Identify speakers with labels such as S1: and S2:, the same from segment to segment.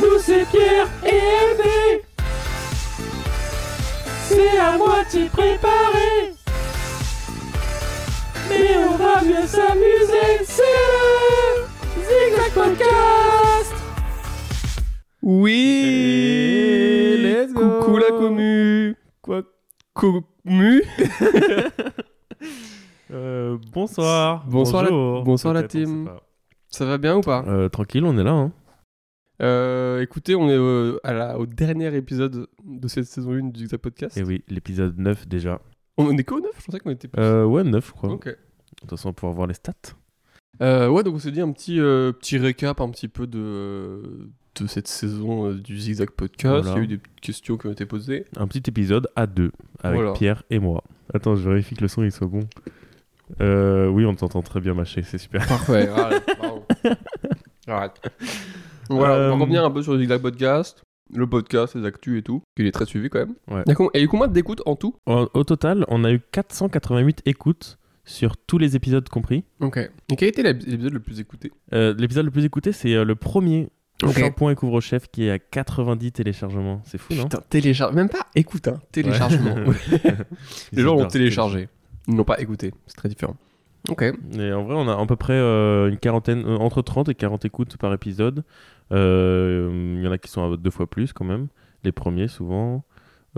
S1: Nous c'est Pierre et Aimé. C'est à moitié préparé. Mais on va bien s'amuser. C'est le Zigzag Podcast.
S2: Oui
S3: Et let's go.
S2: Coucou la commu
S3: Quoi
S2: Commu
S3: Euh, Bonsoir.
S2: Bonsoir la-
S3: Bonjour.
S2: bonsoir la
S3: Peut-être, on
S2: team.
S3: sait pas.
S2: Ça va bien ou pas
S3: Euh, tranquille, on est là. hein.
S2: Euh, Écoutez, on est euh, à la- au dernier épisode de cette saison 1 du Zigzag Podcast.
S3: Et Eh oui, l'épisode 9 déjà.
S2: On est qu'au 9 Je pensais qu'on était plus.
S3: Euh, ouais, 9 je crois. De
S2: Ok.
S3: toute façon, on va pouvoir voir les stats.
S2: Euh, ouais, donc on s'est dit un petit, euh, petit récap un petit peu de, euh, de cette saison euh, du Zigzag Podcast.
S3: Voilà.
S2: Il y a eu des petites questions qui ont été posées.
S3: Un petit épisode à deux avec
S2: Voilà.
S3: Pierre et moi. Attends, je vérifie que le son il soit bon. Euh, oui, on t'entend très bien, Maché, c'est super.
S2: Parfait, arrête. bravo. Arrête. Voilà, on
S3: Euh,
S2: va revenir un peu sur le Zigzag Podcast, le podcast, les actus et tout, qu'il est très suivi quand même.
S3: Ouais.
S2: Il y a com- Et il y a eu combien d'écoutes en tout
S3: En- au total, on a eu 488 écoutes sur tous les épisodes compris.
S2: Ok. Et quel a été l'ép- l'épisode le plus écouté
S3: Euh, L'épisode le plus écouté, c'est euh, le premier.
S2: Ok.
S3: Shampoing et couvre-chef qui est à 90 téléchargements. C'est fou, non
S2: Putain, télécharge. Même pas écoute, hein. Téléchargement. Les gens l'ont
S3: J'adore ce
S2: téléchargé. Ils n'ont pas écouté. C'est très différent. Ok.
S3: Et en vrai, on a à peu près euh, une quarantaine, euh, entre 30 et 40 écoutes par épisode. Euh, Il y en a qui sont à deux fois plus quand même. Les premiers, souvent.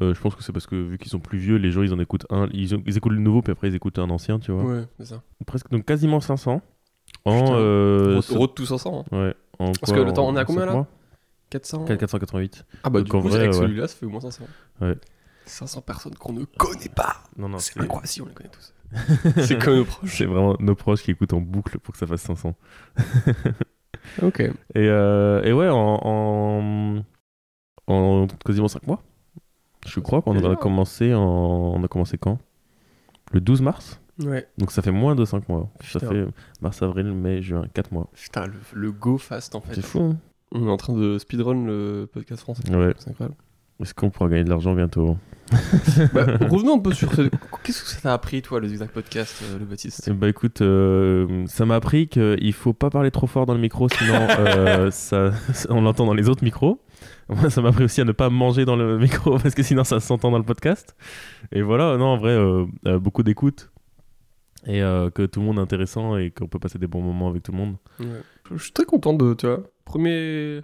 S3: Euh, je pense que c'est parce que vu qu'ils sont plus vieux, les gens ils en écoutent un, ils, ont- ils écoutent le nouveau, puis après ils écoutent un ancien, tu vois.
S2: Ouais, c'est ça.
S3: Presque, donc quasiment 500. En.
S2: Putain.
S3: euh,
S2: Road,
S3: ce-
S2: road tous ensemble. hein.
S3: Ouais. En
S2: Parce
S3: quoi,
S2: que le temps,
S3: en-
S2: on est à
S3: en
S2: combien,
S3: cinq
S2: là
S3: mois
S2: 400.
S3: 488.
S2: Ah bah
S3: Donc,
S2: du
S3: en
S2: coup,
S3: vrai,
S2: avec
S3: ouais.
S2: celui-là, ça fait au moins 500.
S3: Ouais.
S2: 500 personnes qu'on ne connaît pas.
S3: Non, non,
S2: c'est
S3: c'est-
S2: incroyable. Si, on les connaît tous. c'est comme nos proches.
S3: c'est vraiment nos proches qui écoutent en boucle pour que ça fasse 500.
S2: Ok.
S3: Et, euh, et ouais, en, en, en quasiment 5 mois, je crois qu'on
S2: Quasiment.
S3: a commencé en, on a commencé quand Le 12 mars.
S2: Ouais.
S3: Donc ça fait moins de 5 mois. Ça
S2: Putain.
S3: fait mars, avril, mai, juin, 4 mois.
S2: Putain, le, le go fast en fait.
S3: C'est fou. hein
S2: On est en train de speedrun le podcast français.
S3: ouais.
S2: C'est incroyable.
S3: Est-ce qu'on pourra gagner de l'argent bientôt
S2: Bah, revenons un peu sur ce... Qu'est-ce que ça t'a appris, toi, le Zigzag Podcast, euh, le Baptiste
S3: Eh Bah écoute, euh, ça m'a appris qu'il faut pas parler trop fort dans le micro, sinon euh, ça, on l'entend dans les autres micros. Moi, ça m'a appris aussi à ne pas manger dans le micro parce que sinon ça s'entend dans le podcast. Et voilà, non, en vrai, euh, euh, beaucoup d'écoute et euh, que tout le monde est intéressant et qu'on peut passer des bons moments avec tout le monde.
S2: Ouais. Je je suis très content de, tu vois, premier...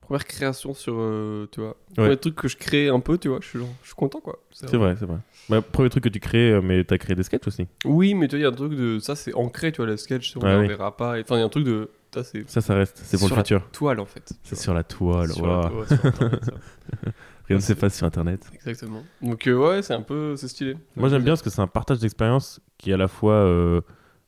S2: première création sur, euh, tu vois, premier truc que je crée un peu, tu vois, je suis, genre- je suis content, quoi.
S3: C'est vrai, c'est vrai. Bah, premier truc que tu crées, euh, mais t'as créé des sketchs aussi.
S2: Oui, mais tu vois, il y a un truc de... Ça, c'est ancré, tu vois, la sketch, on
S3: Ah
S2: la
S3: oui.
S2: verra pas. et- Enfin, il y a un truc de... Ça, c'est
S3: Ça, ça reste. C'est pour
S2: Sur
S3: le
S2: la-
S3: futur.
S2: toile, en fait.
S3: C'est sur la toile.
S2: Sur
S3: waouh.
S2: la- ouais, sur Internet, ça.
S3: Rien ne s'efface sur Internet.
S2: Exactement. Donc, euh, ouais, c'est un peu... C'est stylé.
S3: Moi j'aime bien parce que c'est un partage d'expérience qui est à la fois euh,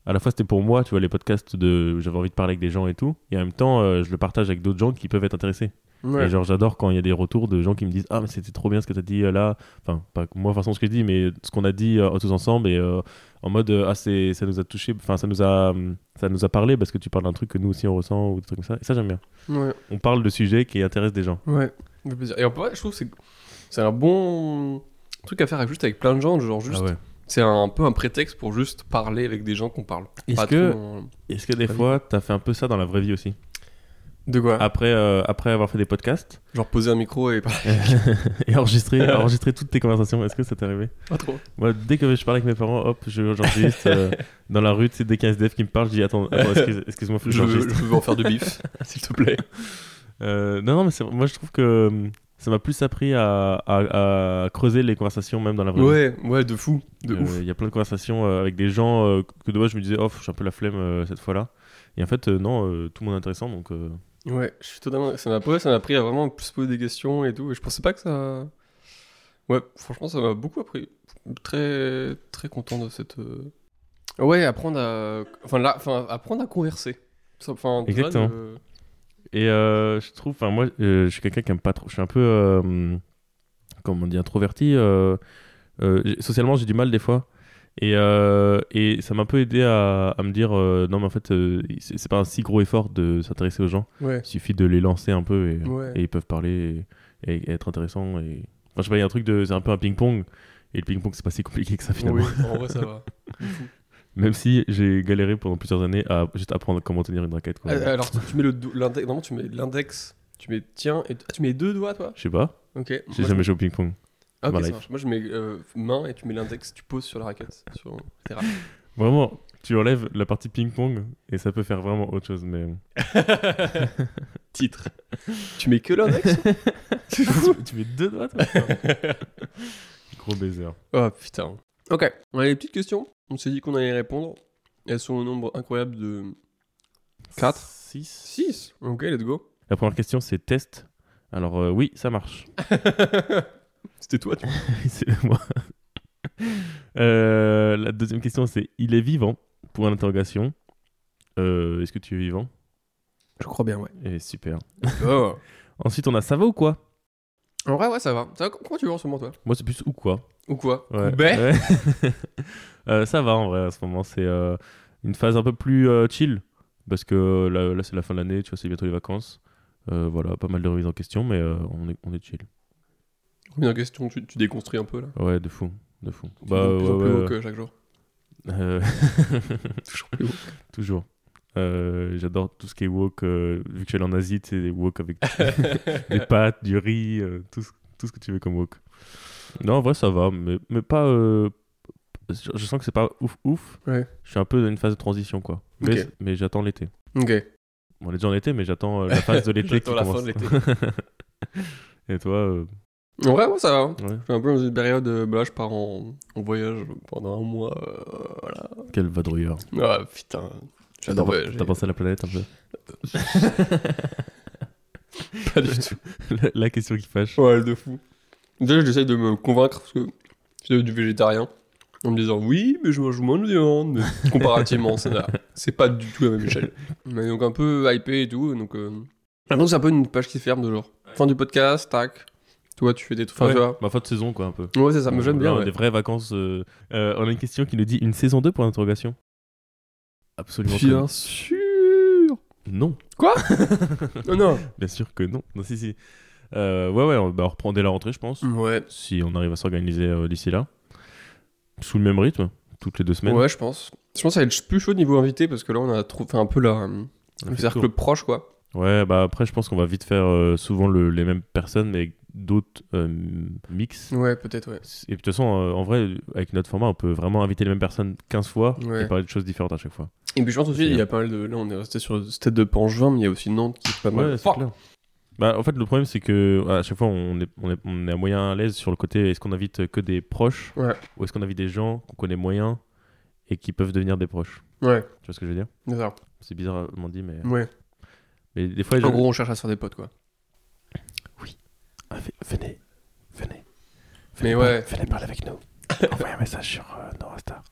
S3: à la fois c'était pour moi tu vois les podcasts de j'avais envie de parler avec des gens et tout et en même temps euh, je le partage avec d'autres gens qui peuvent être intéressés
S2: Ouais.
S3: et genre j'adore quand il y a des retours de gens qui me disent ah mais c'était trop bien ce que t'as dit euh, là enfin pas que moi de toute façon ce que je dis mais ce qu'on a dit euh, tous ensemble et euh, en mode euh, ah c'est ça nous a touché enfin ça nous a hum, ça nous a parlé parce que tu parles d'un truc que nous aussi on ressent ou des trucs comme ça et ça j'aime bien
S2: Ouais.
S3: on parle de sujets qui intéressent des gens
S2: Ouais, ça fait plaisir. Et en vrai, je trouve que c'est- c'est un bon truc à faire avec- juste avec plein de gens. Genre, juste,
S3: Ah
S2: c'est un, peu un prétexte pour juste parler avec des gens qu'on parle.
S3: est-ce
S2: pas
S3: que
S2: trop euh, en-
S3: est-ce que des
S2: Vas-y. Ah.
S3: fois t'as fait un peu ça dans la vraie vie aussi
S2: De quoi
S3: après euh, après avoir fait des podcasts
S2: Genre poser un micro et parler.
S3: et enregistrer, enregistrer toutes tes conversations. Est-ce que ça t'est arrivé
S2: Pas trop.
S3: Moi, dès que je parle avec mes parents, hop, je- j'enregistre euh, dans la rue, c'est dès qu'un SDF qui me parle, je dis attends, attends, excuse- excuse-moi, faut que
S2: Je,
S3: j'enregistre.
S2: je veux en faire du bif, s'il te plaît.
S3: Euh, non, non, mais c'est- moi je trouve que hum, ça m'a plus appris à, à- à creuser les conversations, même dans la vraie vie.
S2: Ouais, ouais, de fou. De
S3: Euh,
S2: ouf.
S3: Il y a plein de conversations euh, avec des gens euh, que de base je me disais, oh, j'ai un peu la flemme euh, cette fois-là. Et en fait, euh, non, euh, tout le monde est intéressant, donc euh,
S2: Ouais, je suis totalement. Ça m'a ouais, ça m'a appris à vraiment plus poser des questions et tout. Et je pensais pas que ça. Ouais, franchement, ça m'a beaucoup appris. Très, très content de cette. euh, Ouais, apprendre à. Enfin, là, enfin, apprendre à converser. Ça- Enfin, tu vois,
S3: Exactement.
S2: de-
S3: Et euh, je trouve, enfin moi, euh, je suis quelqu'un qui aime pas trop. Je suis un peu, euh, comment on dit, introverti. euh, euh, j'ai- socialement, j'ai du mal des fois. Et, euh, et ça m'a un peu aidé à, à me dire, euh, non mais en fait, euh, c'est c'est pas un si gros effort de s'intéresser aux gens.
S2: Ouais.
S3: Il suffit de les lancer un peu et,
S2: Ouais.
S3: et ils peuvent parler et, et être intéressants. Et... Enfin, je sais pas, il y a un truc de, c'est un peu un ping-pong. Et le ping-pong, c'est pas si compliqué que ça finalement.
S2: Oui, en vrai, ça va.
S3: Même si j'ai
S2: Euh,
S3: galéré pendant plusieurs années à juste apprendre comment tenir une raquette. quoi.
S2: Alors, tu, tu mets le. do- l'index- Normalement, tu mets l'index. Tu mets tiens et ah, tu mets deux doigts toi.
S3: Je sais pas.
S2: Ok. Moi,
S3: J'ai
S2: je-
S3: jamais joué au ping-pong.
S2: Ah, ok,
S3: ma
S2: ça
S3: life.
S2: marche. Moi je mets euh, main et tu mets l'index, tu poses sur la raquette, sur tes raquettes.
S3: Vraiment, tu enlèves la partie ping-pong et ça peut faire vraiment autre chose. Mais
S2: Titre. tu mets que l'index C'est fou.
S3: tu mets deux doigts, toi Gros baiser. hein.
S2: Oh putain. Ok. On a des petites questions. On s'est dit qu'on allait y répondre. Elles sont au nombre incroyable de 4
S3: 6.
S2: 6. Ok, let's go.
S3: La première question, c'est test. Alors, euh, oui, ça marche.
S2: C'était toi, tu
S3: c'est moi. Euh, la deuxième question, c'est il est vivant Pour l'interrogation. Euh, Est-ce que tu es vivant
S2: Je crois bien, ouais.
S3: Et super.
S2: Oh.
S3: Ensuite, on a ça va ou quoi
S2: En vrai, ouais, ça va. Ça va, comment tu vas en ce moment, toi
S3: Moi, c'est plus ou quoi
S2: Ou quoi
S3: Ouais.
S2: Ou ben
S3: Ouais. Euh, ça va en vrai en ce moment. C'est euh, une phase un peu plus euh, chill parce que euh, là, là, c'est la fin de l'année, tu vois, c'est bientôt les vacances. Euh, voilà, pas mal de remises en question, mais euh, on, est, on est chill.
S2: Remise en question, tu, tu déconstruis un peu, là.
S3: Ouais, de fou, de fou. Bah,
S2: Tu vas de plus en
S3: ouais,
S2: plus
S3: ouais.
S2: haut que chaque jour.
S3: Euh,
S2: Toujours plus haut.
S3: toujours. Euh, J'adore tout ce qui est wok. euh, vu que je suis allé en Asie, c'est des wok avec des pâtes, du riz, euh, tout, ce, tout ce que tu veux comme wok. Non, en vrai, ça va, mais, mais pas. euh, je, je sens que c'est pas ouf ouf.
S2: Ouais.
S3: Je suis un peu dans une phase de transition, quoi. Mais,
S2: Ok.
S3: mais j'attends l'été.
S2: Ok.
S3: Bon, on est déjà en été, mais j'attends euh, la phase de l'été qui
S2: J'attends la fin
S3: commence.
S2: de l'été.
S3: Et toi euh,
S2: En vrai, ouais, ça va. hein.
S3: ouais.
S2: Je suis un peu dans une période, euh, bah là, je pars en, en voyage pendant un mois. euh, voilà.
S3: Quel vadrouilleur.
S2: Ah, putain. J'adore voyager.
S3: T'as pensé à la planète un peu
S2: Euh. Pas du tout.
S3: la, la question qui fâche.
S2: Ouais, de fou. Déjà, j'essaie de me convaincre parce que je suis du végétarien en me disant oui, mais je mange moins de viande. Mais comparativement, ça n'a- c'est pas du tout la même échelle. Mais donc, un peu hypé et tout. Donc, euh... maintenant, c'est un peu une page qui se ferme de genre fin du podcast, tac. Toi, tu fais des trucs. Enfin,
S3: Ouais,
S2: tu vois.
S3: Ma fin de saison, quoi, un peu.
S2: Ouais, c'est ça, me
S3: Bon,
S2: j'aime bien.
S3: là,
S2: ouais.
S3: Des vraies vacances. euh, euh, on a une question qui nous dit une saison 2 pour l'interrogation Absolument pas.
S2: Bien sûr.
S3: Non.
S2: Non, Oh non.
S3: Bien sûr que non. Non, si, si. Euh, ouais, ouais, on, bah, on reprend dès la rentrée, je pense.
S2: Ouais,
S3: Si on arrive à s'organiser euh, d'ici là. Sous le même rythme, toutes les deux semaines.
S2: ouais, je pense. Je pense que ça va être plus chaud niveau invité parce que là, on a trop... fait un peu la...
S3: On a
S2: le
S3: fait le tour.
S2: cercle proche, quoi.
S3: Ouais, bah après, je pense qu'on va vite faire euh, souvent le- les mêmes personnes, mais avec d'autres euh, mix.
S2: Ouais, peut-être, ouais.
S3: Et de toute façon, euh, en vrai, avec notre format, on peut vraiment inviter les mêmes personnes 15 fois
S2: Ouais.
S3: et parler de choses différentes à chaque fois.
S2: Et puis je pense aussi,
S3: C'est
S2: il y
S3: bien.
S2: a pas mal de. Là, on est resté sur ce tête de Pangevin, mais il y a aussi Nantes qui est pas mal.
S3: Ouais, c'est
S2: Fuck.
S3: clair. Bah, en fait, le problème, c'est que à chaque fois, on est, on est, on est à moyen à l'aise sur le côté est-ce qu'on invite que des proches
S2: Ouais.
S3: ou est-ce qu'on invite des gens qu'on connaît moyen et qui peuvent devenir des proches
S2: Ouais,
S3: Tu vois ce que je veux dire
S2: c'est ça.
S3: C'est bizarrement dit, mais,
S2: Ouais.
S3: mais des fois, je-
S2: Mm. En gros, on cherche à se faire des potes, quoi.
S4: Ah, v- venez, venez.
S2: Mais
S4: Venez
S2: ouais.
S4: par- venez parler avec nous. Envoyez un message sur euh, Norasta.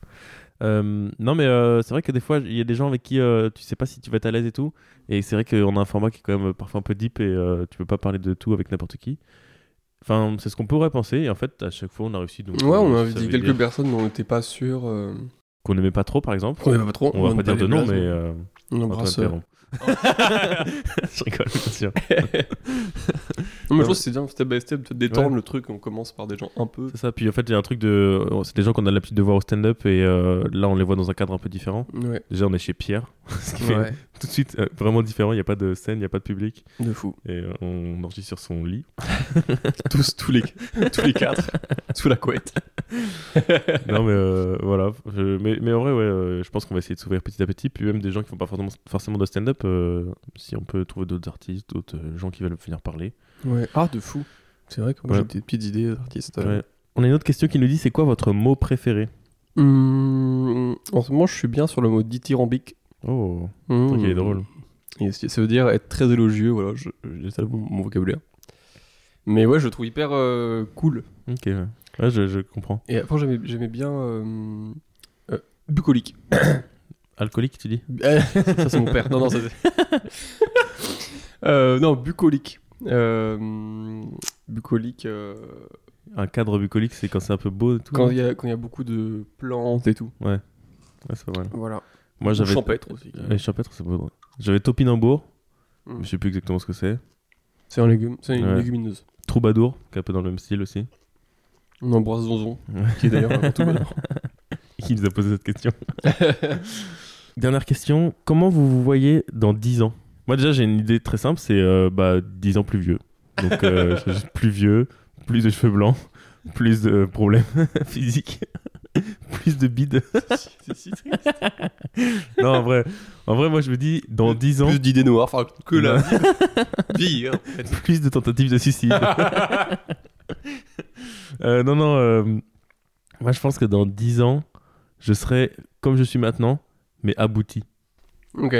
S3: Euh, non, mais euh, c'est vrai que des fois, il y a des gens avec qui euh, tu sais pas si tu vas être à l'aise et tout. Et c'est vrai qu'on a un format qui est quand même parfois un peu deep et euh, tu peux pas parler de tout avec n'importe qui. Enfin, c'est ce qu'on pourrait penser. Et en fait, à chaque fois, on a réussi. Donc, euh,
S2: Ouais, on a
S3: ça
S2: invité
S3: veut
S2: quelques
S3: dire
S2: personnes dont on n'était pas sûr. Euh...
S3: Qu'on aimait pas trop, par exemple.
S2: On n'aimait pas trop.
S3: On va pas dire de nom,
S2: nom
S3: mais. euh,
S2: On embrasse.
S3: Antoine
S2: euh,
S3: Perron. Je rigole, bien sûr.
S2: Non, mais je pense que c'est bien, step by step, de détendre le truc. On commence par des gens un peu.
S3: C'est ça. Puis en fait, il y a un truc de. euh, C'est des gens qu'on a l'habitude de voir au stand-up et euh, là, on les voit dans un cadre un peu différent.
S2: Ouais.
S3: Déjà, on est chez Pierre, ce qui fait
S2: Ouais.
S3: tout de suite euh, vraiment différent. Il n'y a pas de scène, il n'y a pas de public.
S2: De fou.
S3: Et euh, on enregistre sur son lit.
S2: Tous, tous les, tous les quatre, sous la couette.
S3: non, mais euh, voilà. Je- mais, mais en vrai, ouais, euh, je pense qu'on va essayer de s'ouvrir petit à petit. Puis même des gens qui font pas forcément, forcément de stand-up, euh, si on peut trouver d'autres artistes, d'autres euh, gens qui veulent venir parler.
S2: Ouais. Ah, de fou. C'est vrai que moi
S3: Ouais.
S2: j'ai des petites idées d'artistes. euh.
S3: Ouais. On a une autre question qui nous dit c'est quoi votre mot préféré
S2: Hum, en ce moment, je suis bien sur le mot dithyrambique.
S3: Oh,
S2: Hum.
S3: il est drôle.
S2: Et ce- ça veut dire être très élogieux, voilà, je- je- c'est ça mon, mon vocabulaire. Mais ouais, je le trouve hyper euh, cool.
S3: Ok, ouais. Ouais, je, je comprends.
S2: Et après, j'aimais, j'aimais bien euh, euh, bucolique.
S3: Alcoolique, tu dis
S2: ça, c'est mon père. Non, non, ça, c'est- Euh, non, bucolique. Euh, bucolique, euh,
S3: Un cadre bucolique, c'est quand c'est un peu beau et tout.
S2: quand il y, a- quand il y a beaucoup de plantes et tout.
S3: Ouais, c'est pas mal.
S2: Voilà.
S3: Moi,
S2: Ou
S3: j'avais.
S2: champêtre aussi.
S3: Ouais, champêtre, c'est pas drôle. J'avais Topinambour.
S2: Mm.
S3: mais Je sais plus exactement ce que c'est.
S2: C'est un légume, c'est une
S3: Ouais.
S2: légumineuse.
S3: Troubadour, qui est un peu dans le même style aussi.
S2: On embrasse Zonzon,
S3: Ouais.
S2: qui est d'ailleurs un tout bonheur.
S3: qui nous a posé cette question. Dernière question, comment vous vous voyez dans 10 ans Moi, déjà, j'ai une idée très simple c'est euh, bah, 10 ans plus vieux. Donc, euh, je serai juste plus vieux, plus de cheveux blancs, plus de problèmes physiques, plus de bides. Non, en vrai, en vrai, moi, je me dis, dans 10 ans,
S2: Plus d'idées noires, enfin que la
S3: Non.
S2: vie. hein.
S3: plus de tentatives de suicide. Euh, non, non. euh, moi, je pense que dans 10 ans, je serai comme je suis maintenant, mais abouti.
S2: Ok.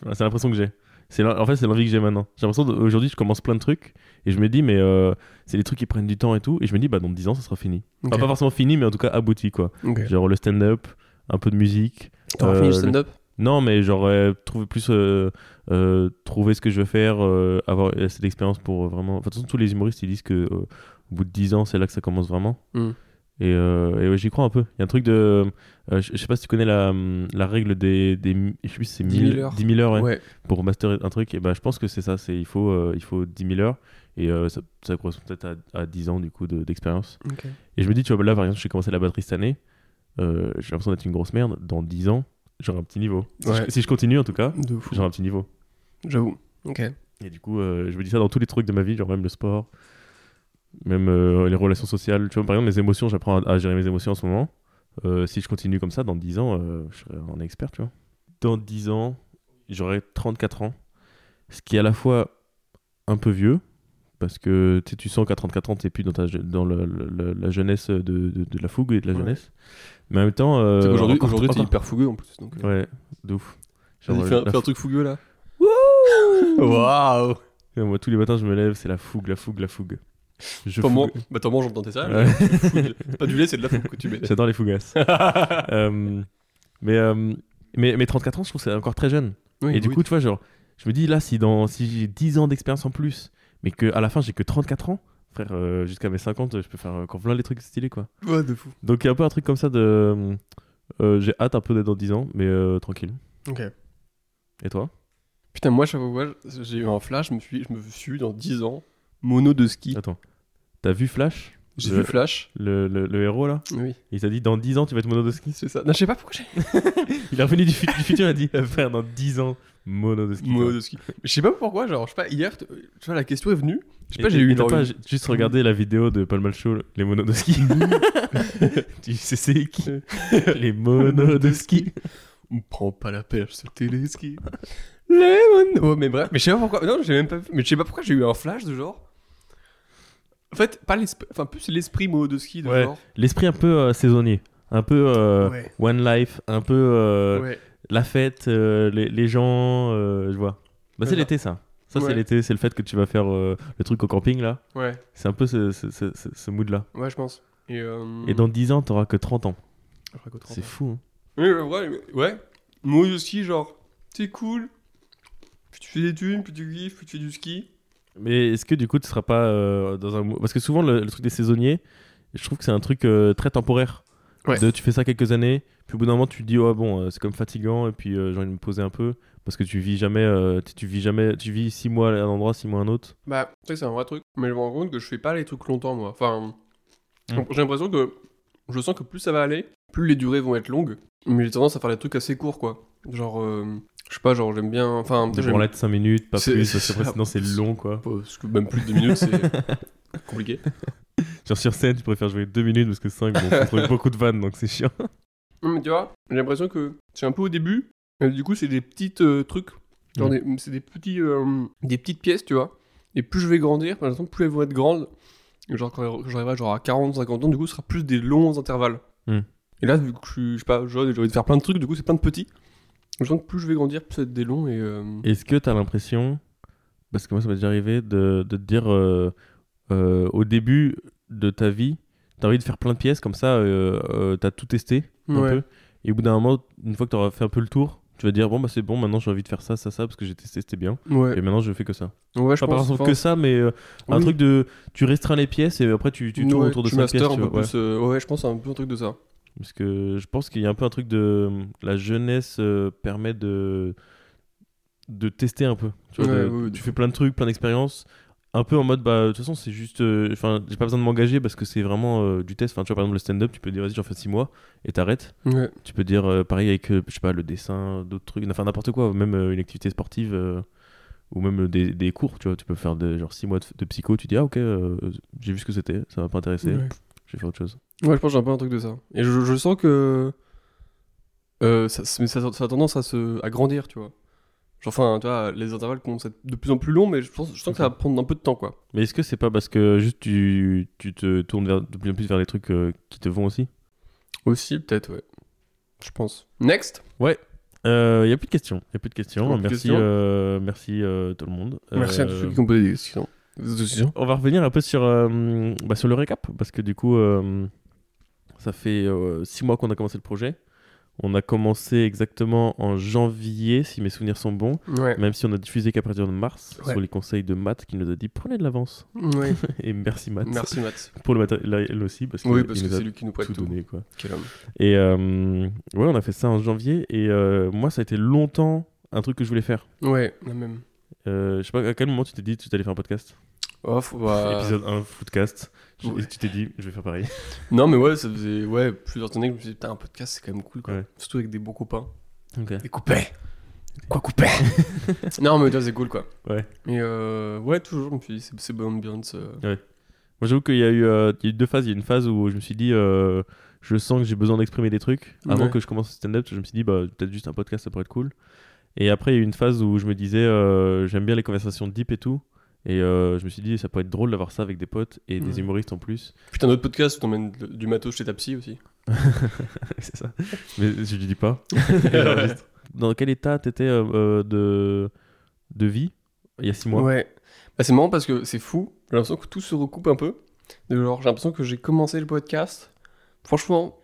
S3: Voilà, C'est l'impression que j'ai. C'est l'en- en fait, c'est l'envie que j'ai maintenant. J'ai l'impression d'aujourd'hui, je commence plein de trucs et je me dis, mais euh, c'est des trucs qui prennent du temps et tout. Et je me dis, bah, dans 10 ans, ça sera fini. Enfin,
S2: Ok.
S3: Ah, pas forcément fini, mais en tout cas abouti, quoi.
S2: Ok.
S3: Genre le stand-up, un peu de musique.
S2: T'auras
S3: Euh,
S2: fini le
S3: le-
S2: stand-up
S3: Non, mais j'aurais trouvé plus. euh, euh, trouver ce que je veux faire, euh, avoir euh, cette expérience pour euh, vraiment. Enfin, de toute façon, tous les humoristes, ils disent que euh, au bout de 10 ans, c'est là que ça commence vraiment.
S2: Mm.
S3: Et, euh, et ouais, j'y crois un peu. Il y a un truc de. euh, je je sais pas si tu connais la, hum, la règle des. des mi- je sais plus si c'est
S2: 10
S3: mille-
S2: 000 heures.
S3: 10 000 heures, ouais
S2: Ouais.
S3: pour master un truc, et ben je pense que c'est ça, c'est il faut euh, il faut 10 000 heures et euh, ça, ça correspond peut-être à, à 10 ans du coup de- d'expérience.
S2: Ok.
S3: et je me dis tu vois là par exemple j'ai commencé la batterie cette année, euh, j'ai l'impression d'être une grosse merde. Dans 10 ans j'aurai un petit niveau. Si,
S2: Ouais.
S3: je, si je continue en tout cas,
S2: De fou.
S3: j'aurai un petit niveau.
S2: J'avoue. Ok.
S3: Et du coup euh, je me dis ça dans tous les trucs de ma vie, genre même le sport, même euh, les relations sociales. Tu vois par exemple mes émotions, j'apprends à, à gérer mes émotions en ce moment. Euh, si je continue comme ça dans 10 ans, euh, je serai un expert, tu vois. Dans 10 ans, j'aurai 34 ans, ce qui est à la fois un peu vieux, parce que tu sais, tu sens qu'à 34 ans, tu plus dans, ta, je- dans le- le- le- la jeunesse de, de- de la fougue et de la
S2: Ouais.
S3: jeunesse. Mais en même temps. euh,
S2: C'est qu'aujourd'hui,
S3: encore-
S2: aujourd'hui, t'es
S3: encore-
S2: hyper fougueux en plus. Donc, euh,
S3: Ouais, de ouf. Genre,
S2: vas-y, fais, un-
S3: la
S2: fais un
S3: fou-
S2: truc fougueux là. Waouh
S3: Moi, tous les matins, je me lève, c'est la fougue, la fougue, la fougue. Je
S2: T'en
S3: fougue.
S2: manges, bah, t'en manges dans tes salles.
S3: Ouais.
S2: C'est pas du lait, c'est de la fougue que tu mets.
S3: J'adore les fougasses. Euh, mais, euh, mais, mais 34 ans, je trouve que c'est encore très jeune.
S2: Oui,
S3: et du
S2: oui.
S3: coup, tu vois, genre, je me dis, là, si, dans, si j'ai 10 ans d'expérience en plus, mais que à la fin, j'ai que 34 ans, frère, euh, jusqu'à mes 50, je peux faire encore plein des trucs stylés, quoi.
S2: Ouais, de fou.
S3: Donc, il y a un peu un truc comme ça de. euh, j'ai hâte un peu d'être dans 10 ans, mais euh, tranquille.
S2: Ok.
S3: Et toi
S2: Putain, moi, j'avoue, ouais, j'ai eu un flash, je me suis, je me suis dans 10 ans, mono de ski.
S3: Attends. T'as vu Flash
S2: J'ai
S3: je-
S2: vu Flash.
S3: le, le, le héros, là
S2: Oui,
S3: Il t'a dit, dans 10 ans, tu vas être mono de ski.
S2: c'est ça. Non, je sais pas pourquoi j'ai.
S3: Il est revenu du, fu- du futur, il a dit, frère, dans 10 ans, mono de ski.
S2: Mono
S3: quoi.
S2: de ski. Mais je sais pas pourquoi, genre, je sais pas, hier, t- tu vois, la question est venue. Je sais pas,
S3: Et-
S2: j'ai
S3: et
S2: eu
S3: t'as
S2: genre
S3: pas
S2: une-
S3: ju- juste regardé la vidéo de Paul Malchow, les monos de ski. tu sais c'est qui Les monos de ski.
S2: On prend pas la perche, ce téléski. Lemon Ouais, Oh, mais bref, mais je sais pas pourquoi. Non, j'ai même pas vu. Mais je sais pas pourquoi j'ai eu un flash de genre. En fait, pas l'esprit. Enfin, plus l'esprit mot de ski de
S3: Ouais.
S2: genre.
S3: L'esprit un peu euh, saisonnier, un peu euh,
S2: ouais.
S3: one life, un peu euh,
S2: ouais.
S3: la fête, euh, les, les gens, euh, je vois. Bah c'est
S2: Ouais.
S3: l'été ça. Ça
S2: Ouais.
S3: c'est l'été, c'est le fait que tu vas faire euh, le truc au camping là.
S2: Ouais,
S3: C'est un peu ce, ce- ce- ce- ce mood là.
S2: ouais, je pense. Et, euh,
S3: Et dans 10 ans, t'auras que 30 ans.
S2: je crois qu'au 30
S3: C'est
S2: ans.
S3: fou. hein.
S2: Oui, ouais, ouais, mais- ouais. Mot de ski, genre, c'est cool. Plus tu fais des thunes, plus tu kiffes, plus tu fais du ski.
S3: Mais est-ce que du coup tu seras pas euh, dans un... mou- Parce que souvent le, le truc des saisonniers, je trouve que c'est un truc euh, très temporaire.
S2: Ouais.
S3: De, tu fais ça quelques années, puis au bout d'un moment tu te dis oh bon euh, c'est comme fatigant et puis euh, j'ai envie de me poser un peu parce que tu vis jamais euh, tu, tu vis jamais tu vis six mois à un endroit six mois à un autre.
S2: Bah, tu sais, c'est un vrai truc. Mais je me rends compte que je fais pas les trucs longtemps, moi. Enfin,
S3: Mm.
S2: j'ai l'impression que je sens que plus ça va aller, plus les durées vont être longues. Mais j'ai tendance à faire des trucs assez courts, quoi. Genre, euh, je sais pas, genre j'aime bien. Enfin, peut-être
S3: Des
S2: j'aime-
S3: branlettes 5 minutes pas
S2: C'est-
S3: plus
S2: c'est
S3: parce que après,
S2: ça.
S3: sinon c'est long quoi.
S2: Parce que même plus de 2 minutes, c'est compliqué.
S3: Genre sur scène tu préfères jouer deux minutes parce que 5 bon faut trouver beaucoup de vannes donc c'est chiant.
S2: Non, mais tu vois, j'ai l'impression que c'est un peu au début. mais du coup, c'est des petites euh, trucs. Genre
S3: Mm.
S2: des- c'est des, petits, euh, des petites pièces, tu vois. Et plus je vais grandir, par exemple, plus elles vont être grandes. Et Genre, quand j'arriverai genre à 40, 50 ans, du coup, ce sera plus des longs intervalles.
S3: Mm.
S2: Et là, vu que je suis, je sais pas, jeune et j'ai envie de faire plein de trucs, du coup, c'est plein de petits. Je sens que plus je vais grandir, plus ça va être des longs et. euh,
S3: Est-ce que t'as l'impression parce que moi ça m'est déjà arrivé de, de te dire euh, euh, au début de ta vie t'as envie de faire plein de pièces comme ça euh, euh, t'as tout testé un
S2: ouais.
S3: peu. Et au bout d'un moment, une fois que tu auras fait un peu le tour, tu vas dire bon bah c'est bon, maintenant j'ai envie de faire ça, ça, ça parce que j'ai testé, c'était bien.
S2: Ouais.
S3: Et maintenant je fais que ça.
S2: Ouais, je
S3: Pas par
S2: pense.
S3: exemple
S2: enfin,
S3: que ça, mais euh, un
S2: oui.
S3: truc de tu restreins les pièces et après tu, tu tournes
S2: ouais,
S3: autour de
S2: tu
S3: cette
S2: masters
S3: pièce.
S2: un
S3: tu
S2: peu
S3: vois, ouais.
S2: plus, euh, ouais, je pense un peu un truc de ça.
S3: Parce que je pense qu'il y a un peu un truc de la jeunesse euh, permet de de tester un peu. Tu, vois,
S2: Ouais,
S3: de-
S2: ouais, ouais, de
S3: tu fais plein de trucs, plein d'expériences. Un peu en mode, bah, de toute façon, c'est juste. euh, Enfin, j'ai pas besoin de m'engager parce que c'est vraiment euh, du test. Enfin, tu vois, par exemple, le stand-up, tu peux dire, vas-y, j'en fais 6 mois et t'arrêtes.
S2: Ouais.
S3: Tu peux dire euh, pareil avec, euh, je sais pas, le dessin, d'autres trucs, enfin n'importe quoi, même euh, une activité sportive. euh, ou même des, des cours, tu vois, tu peux faire des, genre 6 mois de, de psycho, tu dis ah ok, euh, j'ai vu ce que c'était, ça m'a pas intéressé,
S2: Ouais.
S3: j'ai fait autre chose.
S2: Ouais, je pense que j'ai un peu un truc de ça. Et je, je sens que. euh, ça, mais ça, ça a tendance à, se, à grandir, tu vois. Genre, enfin, tu vois, les intervalles commencent à être de plus en plus longs, mais je, pense, je sens que ça va prendre un peu de temps, quoi.
S3: Mais est-ce que c'est pas parce que juste tu, tu te tournes vers- de plus en plus vers les trucs euh, qui te vont aussi
S2: Aussi, peut-être, ouais. Je pense. Next
S3: Il n'y a plus de questions. Euh, Y a plus de questions.
S2: Plus de
S3: merci
S2: questions.
S3: euh, merci euh, tout le monde.
S2: Merci à tous
S3: Euh,
S2: ceux qui ont posé des questions. Des questions.
S3: On va revenir un peu sur, euh, bah, sur le récap, parce que du coup, euh, ça fait euh, six mois qu'on a commencé le projet. On a commencé exactement en janvier, si mes souvenirs sont bons,
S2: Ouais.
S3: même si on a diffusé qu'à partir de mars,
S2: Ouais.
S3: sur les conseils de Matt qui nous a dit prenez de l'avance.
S2: Ouais.
S3: Et merci Matt
S2: Merci, Matt.
S3: pour le matériel aussi, parce qu'il
S2: Oui, parce
S3: il
S2: que
S3: nous a
S2: c'est lui qui nous prête
S3: tout
S2: tout.
S3: donné. Quoi.
S2: Quel homme.
S3: Et euh, ouais, on a fait ça en janvier, et euh, moi, ça a été longtemps un truc que je voulais faire.
S2: Ouais, la même.
S3: Euh, je sais pas à quel moment tu t'es dit que tu allais faire un podcast
S2: Oh, faut- bah...
S3: Épisode 1, Foodcast. Je-
S2: Ouais.
S3: et Tu t'es dit, je vais faire pareil.
S2: Non, mais ouais, ça faisait ouais, plusieurs années que je me suis dit, putain, un podcast, c'est quand même cool, quoi.
S3: Ouais.
S2: Surtout avec des bons copains.
S3: Ok.
S2: Des coupés Quoi couper Non, mais tu vois, c'est cool, quoi.
S3: Ouais.
S2: Mais euh, ouais, toujours, je me suis dit, c'est- c'est bonne ambiance. euh.
S3: Moi, j'avoue qu'il y, a eu, euh, il y a eu deux phases. Il y a une phase où je me suis dit, euh, je sens que j'ai besoin d'exprimer des trucs. Avant
S2: Ouais.
S3: que je commence le stand-up, je me suis dit, bah, peut-être juste un podcast, ça pourrait être cool. Et après, il y a eu une phase où je me disais, euh, j'aime bien les conversations deep et tout. Et euh, je me suis dit, ça pourrait être drôle d'avoir ça avec des potes et
S2: Ouais.
S3: des humoristes en plus.
S2: Putain, notre podcast, où t'emmènes le- du matos chez ta psy aussi.
S3: C'est ça. Mais je lui dis pas. Et j'enregistre. Dans quel état t'étais euh, euh, de, de vie il y a six mois
S2: Ouais. Bah, c'est marrant parce que c'est fou. J'ai l'impression que tout se recoupe un peu. De Genre, j'ai l'impression que j'ai commencé le podcast. Franchement,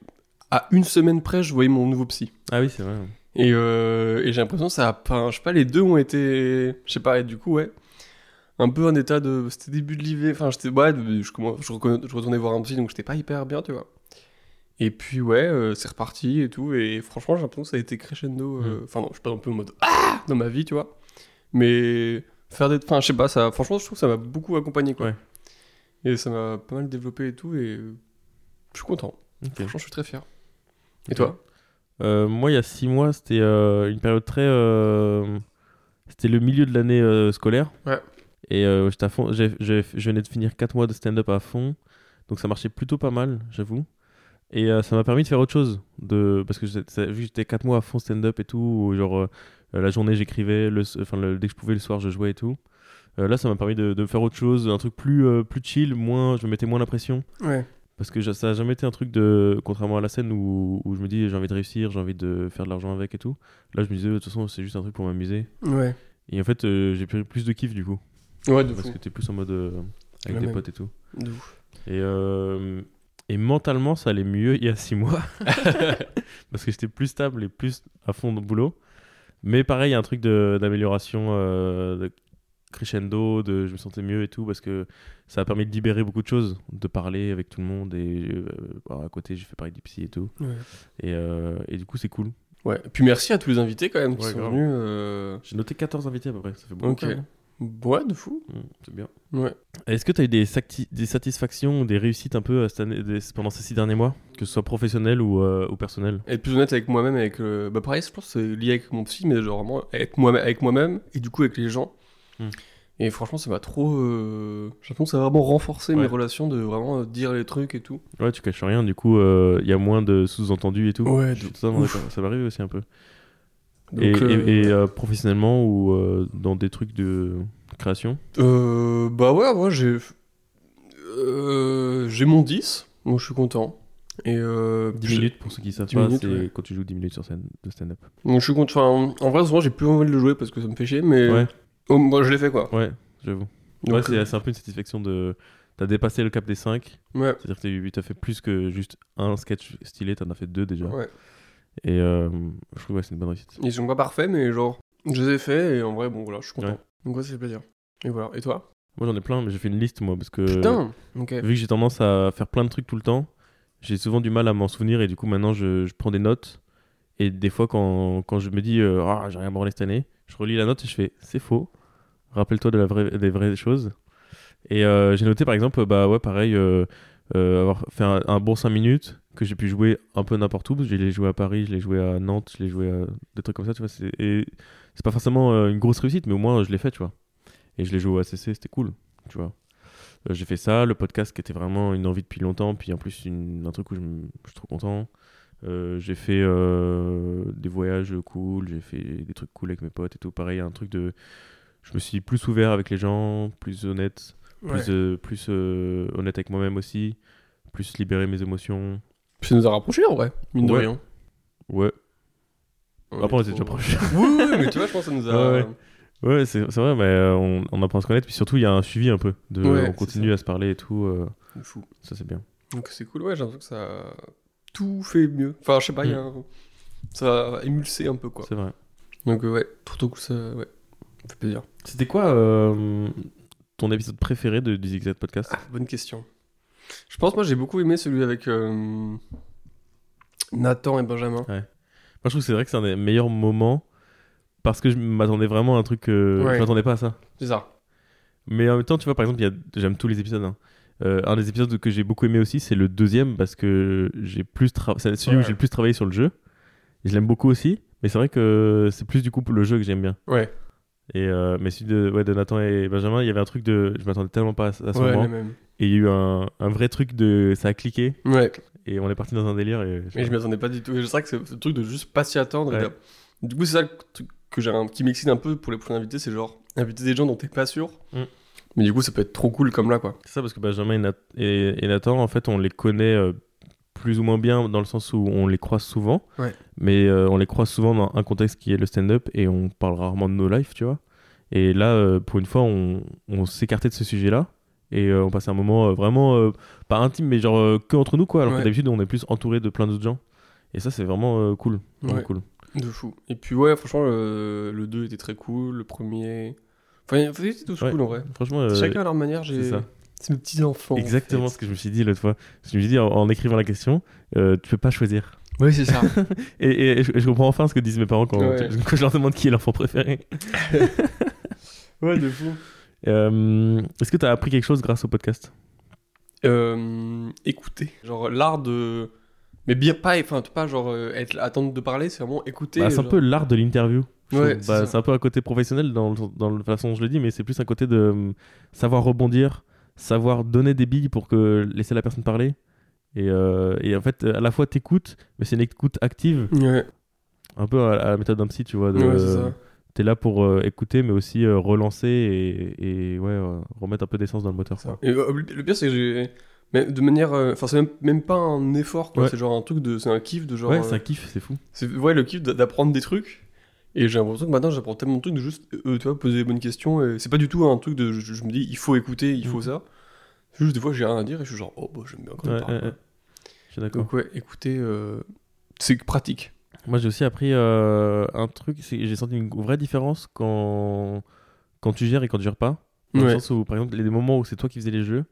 S2: à une semaine près, je voyais mon nouveau psy.
S3: Ah oui, c'est vrai.
S2: Et, euh, et j'ai l'impression que ça a pas. Je sais pas, les deux ont été. Je sais pas, et du coup, ouais. Un peu un état de. C'était début de l'hiver. Enfin, j'étais. Ouais, de- je, commen- je, reconna- je retournais voir un psy, donc j'étais pas hyper bien, tu vois. Et puis, ouais, euh, c'est reparti et tout. Et franchement, j'ai l'impression que ça a été crescendo.
S3: Mm.
S2: euh, Enfin, non, je suis pas non plus en mode. Ah Dans ma vie, tu vois. Mais. Faire des. Enfin, je sais pas, ça. Franchement, je trouve que ça m'a beaucoup accompagné, quoi.
S3: Ouais.
S2: Et ça m'a pas mal développé et tout. Et. euh, Je suis content.
S3: Ok.
S2: Franchement, je suis très fier. Et toi
S3: Euh, moi, il y a six mois, c'était euh, une période très. euh, c'était le milieu de l'année euh, scolaire.
S2: Ouais.
S3: Et euh, j'étais à fond. j'ai- j'ai- je venais de finir quatre mois de stand-up à fond. Donc ça marchait plutôt pas mal, j'avoue. Et euh, ça m'a permis de faire autre chose. De... Parce que j'étais- ça- vu que j'étais quatre mois à fond stand-up et tout, où genre euh, la journée j'écrivais, le... s- enfin, le- dès que je pouvais le soir je jouais et tout. Euh, là, ça m'a permis de, de faire autre chose, un truc plus, euh, plus chill, moins, je me mettais moins la pression.
S2: Ouais.
S3: Parce que j'a- ça n'a jamais été un truc de. Contrairement à la scène où, où je me dis j'ai envie de réussir, j'ai envie de faire de l'argent avec et tout. Là, je me disais, de toute façon, c'est juste un truc pour m'amuser.
S2: Ouais.
S3: Et en fait, euh, j'ai pris plus de kiff du coup.
S2: Ouais, de
S3: Parce
S2: fou.
S3: que t'es plus en mode. euh, avec
S2: La
S3: des
S2: même.
S3: potes et tout.
S2: De ouf.
S3: Et, euh, et mentalement, ça allait mieux il y a six mois. parce que j'étais plus stable et plus à fond de boulot. Mais pareil, il y a un truc de- d'amélioration euh, de crescendo, de je me sentais mieux et tout, parce que ça a permis de libérer beaucoup de choses, de parler avec tout le monde. Et euh, bon, à côté, j'ai fait parler du psy et tout.
S2: Ouais.
S3: Et, euh, et du coup, c'est cool.
S2: Ouais. Puis merci à tous les invités quand même qui
S3: Ouais,
S2: sont
S3: grave.
S2: venus. euh,
S3: J'ai noté 14 invités à peu près, ça fait beaucoup.
S2: Ok.
S3: quand même.
S2: Ouais, de fou.
S3: Mm, c'est bien.
S2: Ouais.
S3: Est-ce que tu as eu des, sacti- des satisfactions ou des réussites un peu à cette année- des- pendant ces six derniers mois, que ce soit professionnel ou, euh, ou personnel
S2: Être plus honnête avec moi-même, avec le... bah pareil, je pense que c'est lié avec mon psy, mais genre vraiment avec moi, avec moi-même et du coup avec les gens.
S3: Hmm.
S2: Et franchement, ça m'a trop. euh, J'ai l'impression que ça a vraiment renforcé
S3: Ouais.
S2: mes relations de vraiment euh, dire les trucs et tout.
S3: Ouais, tu caches rien, du coup, euh, il y a moins de sous-entendus et tout.
S2: Ouais,
S3: Je
S2: de
S3: suis totalement
S2: ouf.
S3: d'accord, ça m'arrive aussi un peu.
S2: Donc,
S3: et
S2: euh,
S3: et- et, euh, professionnellement ou euh, dans des trucs de création
S2: Euh, bah ouais, moi j'ai. euh, j'ai mon 10, donc je suis content. Et euh,
S3: 10
S2: j'ai-
S3: minutes pour ceux qui savent
S2: 10
S3: pas,
S2: minutes,
S3: c'est
S2: ouais.
S3: quand tu joues 10 minutes sur scène de stand-up.
S2: Donc je suis content. Enfin, en vrai, souvent j'ai plus envie de le jouer parce que ça me fait chier, mais.
S3: Ouais,
S2: Oh, moi je l'ai fait quoi.
S3: ouais, j'avoue. Ouais,
S2: Donc, euh,
S3: c'est c'est un peu une satisfaction de. T'as dépassé le cap des 5,
S2: ouais.
S3: c'est-à-dire que t'as- t'as fait plus que juste un sketch stylé, t'en as fait deux déjà.
S2: Ouais.
S3: Et euh, je trouve que c'est une bonne réussite.
S2: Ils sont pas parfaits, mais genre, je les ai faits et en vrai, bon, voilà, je suis content.
S3: Ouais.
S2: Donc, ouais, ça fait plaisir. Et voilà. Et toi
S3: Moi j'en ai plein, mais j'ai fait une liste moi parce que
S2: Putain Ok.
S3: vu que j'ai tendance à faire plein de trucs tout le temps, j'ai souvent du mal à m'en souvenir et du coup maintenant je, je prends des notes et des fois quand, quand je me dis euh, ah j'ai rien branlé cette année, je relis la note et je fais c'est faux, rappelle-toi de la vraie, des vraies choses. Et euh, j'ai noté par exemple bah ouais pareil euh, euh, avoir fait un, un bon 5 minutes que j'ai pu jouer un peu n'importe où. parce que Je l'ai joué à Paris, je l'ai joué à Nantes, je l'ai joué à des trucs comme ça tu vois. c'est- Et c'est pas forcément euh, une grosse réussite mais au moins je l'ai fait tu vois. Et je l'ai joué au ACC, c'était cool, tu vois. Euh, j'ai fait ça, le podcast qui était vraiment une envie depuis longtemps, puis en plus une- un truc où je, m- je suis trop content. Euh, j'ai fait euh, des voyages cool, j'ai fait des trucs cool avec mes potes et tout. Pareil, un truc de. Je me suis plus ouvert avec les gens, plus honnête, plus, euh, plus euh, honnête avec moi-même aussi, plus libérer mes émotions.
S2: Puis ça nous a rapprochés en vrai, mine
S3: Ouais. Ah,
S2: de rien.
S3: Ouais,
S2: On
S3: après on
S2: est
S3: était
S2: trop-
S3: déjà proches.
S2: Oui, oui, mais tu vois, je pense que ça nous a.
S3: Ouais, ouais. Ouais, c'est c'est vrai, mais euh, on, on apprend à se connaître, puis surtout il y a un suivi un peu. De,
S2: Ouais,
S3: on
S2: c'est
S3: continue
S2: ça.
S3: à se parler et tout, euh,
S2: de fou.
S3: ça c'est bien.
S2: Donc c'est cool, ouais, j'ai l'impression que ça a tout fait mieux. Enfin, je sais pas, il y a
S3: Mm.
S2: un- ça a émulsé un peu quoi.
S3: C'est vrai.
S2: Donc euh, ouais, trop trop cool, ça, ouais. Ça fait plaisir.
S3: C'était quoi euh, ton épisode préféré de, du Zigzag Podcast
S2: Bonne question. Je pense, moi, j'ai beaucoup aimé celui avec euh, Nathan et Benjamin.
S3: Moi je trouve que c'est vrai que c'est un des meilleurs moments parce que je m'attendais vraiment à un truc. euh,
S2: Ouais.
S3: Je m'attendais pas à ça.
S2: C'est ça.
S3: Mais en même temps, tu vois, par exemple, il y a- j'aime tous les épisodes. hein. Euh, un des épisodes que j'ai beaucoup aimé aussi, c'est le deuxième parce que j'ai plus tra- c'est celui où
S2: Ouais.
S3: j'ai le plus travaillé sur le jeu. Et je l'aime beaucoup aussi. Mais c'est vrai que c'est plus du coup pour le jeu que j'aime bien.
S2: Ouais,
S3: Et euh, mais celui de, ouais, de Nathan et Benjamin, il y avait un truc de. Je m'attendais tellement pas à, à ce
S2: ouais,
S3: moment.
S2: le même.
S3: Et il y a eu un, un vrai truc de. Ça a cliqué
S2: Ouais,
S3: et on est parti dans un délire. Et,
S2: mais je m'y attendais pas du tout. Et C'est vrai que c'est le truc de juste pas s'y attendre. et
S3: Ouais.
S2: d'ab- Du coup, c'est ça le truc que j'ai, un- qui m'excite un peu pour les premiers invités, c'est genre inviter des gens dont t'es pas sûr.
S3: Mm.
S2: Mais du coup, ça peut être trop cool comme là, quoi.
S3: C'est ça parce que Benjamin et, Nat- et- et Nathan, en fait, on les connaît euh, plus ou moins bien dans le sens où on les croise souvent.
S2: Ouais.
S3: Mais euh, on les croise souvent dans un contexte qui est le stand-up et on parle rarement de nos lives, tu vois. Et là, euh, pour une fois, on, on s'écartait de ce sujet-là et euh, on passait un moment euh, vraiment euh, pas intime, mais genre euh, que entre nous, quoi. Alors que
S2: Ouais.
S3: d'habitude, on est plus entouré de plein d'autres gens. Et ça, c'est vraiment euh, cool. Vraiment
S2: Ouais.
S3: cool.
S2: De fou. Et puis ouais, franchement, le, 2 était très cool, le premier... Enfin, ils étaient tous
S3: Ouais.
S2: cool en vrai.
S3: Franchement, euh,
S2: Chacun à leur manière,
S3: c'est
S2: j'ai...
S3: ça.
S2: C'est mes petits enfants.
S3: exactement ce que je me suis dit l'autre fois. Je me suis dit en, en écrivant la question, euh, tu peux pas choisir.
S2: Oui, c'est ça.
S3: Et, et- et je, je comprends enfin ce que disent mes parents quand,
S2: Ouais.
S3: quand je leur demande qui est l'enfant préféré.
S2: ouais, de fou.
S3: Euh, Est-ce que tu as appris quelque chose grâce au podcast
S2: Euh, écouter. Genre l'art de. Mais bien pas, enfin pas genre euh, être attendre de parler, c'est vraiment écouter.
S3: Bah, C'est un
S2: genre.
S3: peu l'art de l'interview. je
S2: Ouais,
S3: trouve.
S2: c'est
S3: Bah,
S2: ça.
S3: c'est un peu un côté professionnel dans, le- dans la façon dont je le dis, mais c'est plus un côté de euh, savoir rebondir, savoir donner des billes pour que laisser la personne parler. Et, euh, et en fait, à la fois t'écoutes, mais c'est une écoute active,
S2: Ouais,
S3: un peu à, à la méthode d'un psy, tu vois. de-
S2: ouais, c'est ça.
S3: T'es là pour euh, écouter, mais aussi euh, relancer et, et, ouais, euh, remettre un peu d'essence dans le moteur. quoi.
S2: Et, euh, le pire, c'est que j'ai. Mais de manière. euh, Enfin, c'est même, même pas un effort, quoi.
S3: Ouais.
S2: C'est genre un truc de. C'est un kiff de genre.
S3: Ouais,
S2: euh,
S3: c'est un kiff, c'est fou.
S2: c'est ouais, le kiff d- d'apprendre des trucs. Et j'ai l'impression que maintenant, j'apprends tellement de trucs de juste, euh, tu vois, poser les bonnes questions. et C'est pas du tout un truc de. Je, je me dis, il faut écouter, il faut
S3: Mhm.
S2: ça. C'est Juste des fois, j'ai rien à dire et je suis genre, oh, bah, j'aime bien quand
S3: Ouais,
S2: on parle.
S3: ouais, ouais. Je suis d'accord.
S2: Donc, ouais, écouter, euh, c'est pratique.
S3: Moi, j'ai aussi appris euh, un truc. c'est- J'ai senti une vraie différence quand, quand tu gères et quand tu gères pas. Dans le
S2: Ouais.
S3: sens où, par exemple, les moments où c'est toi qui faisais les jeux.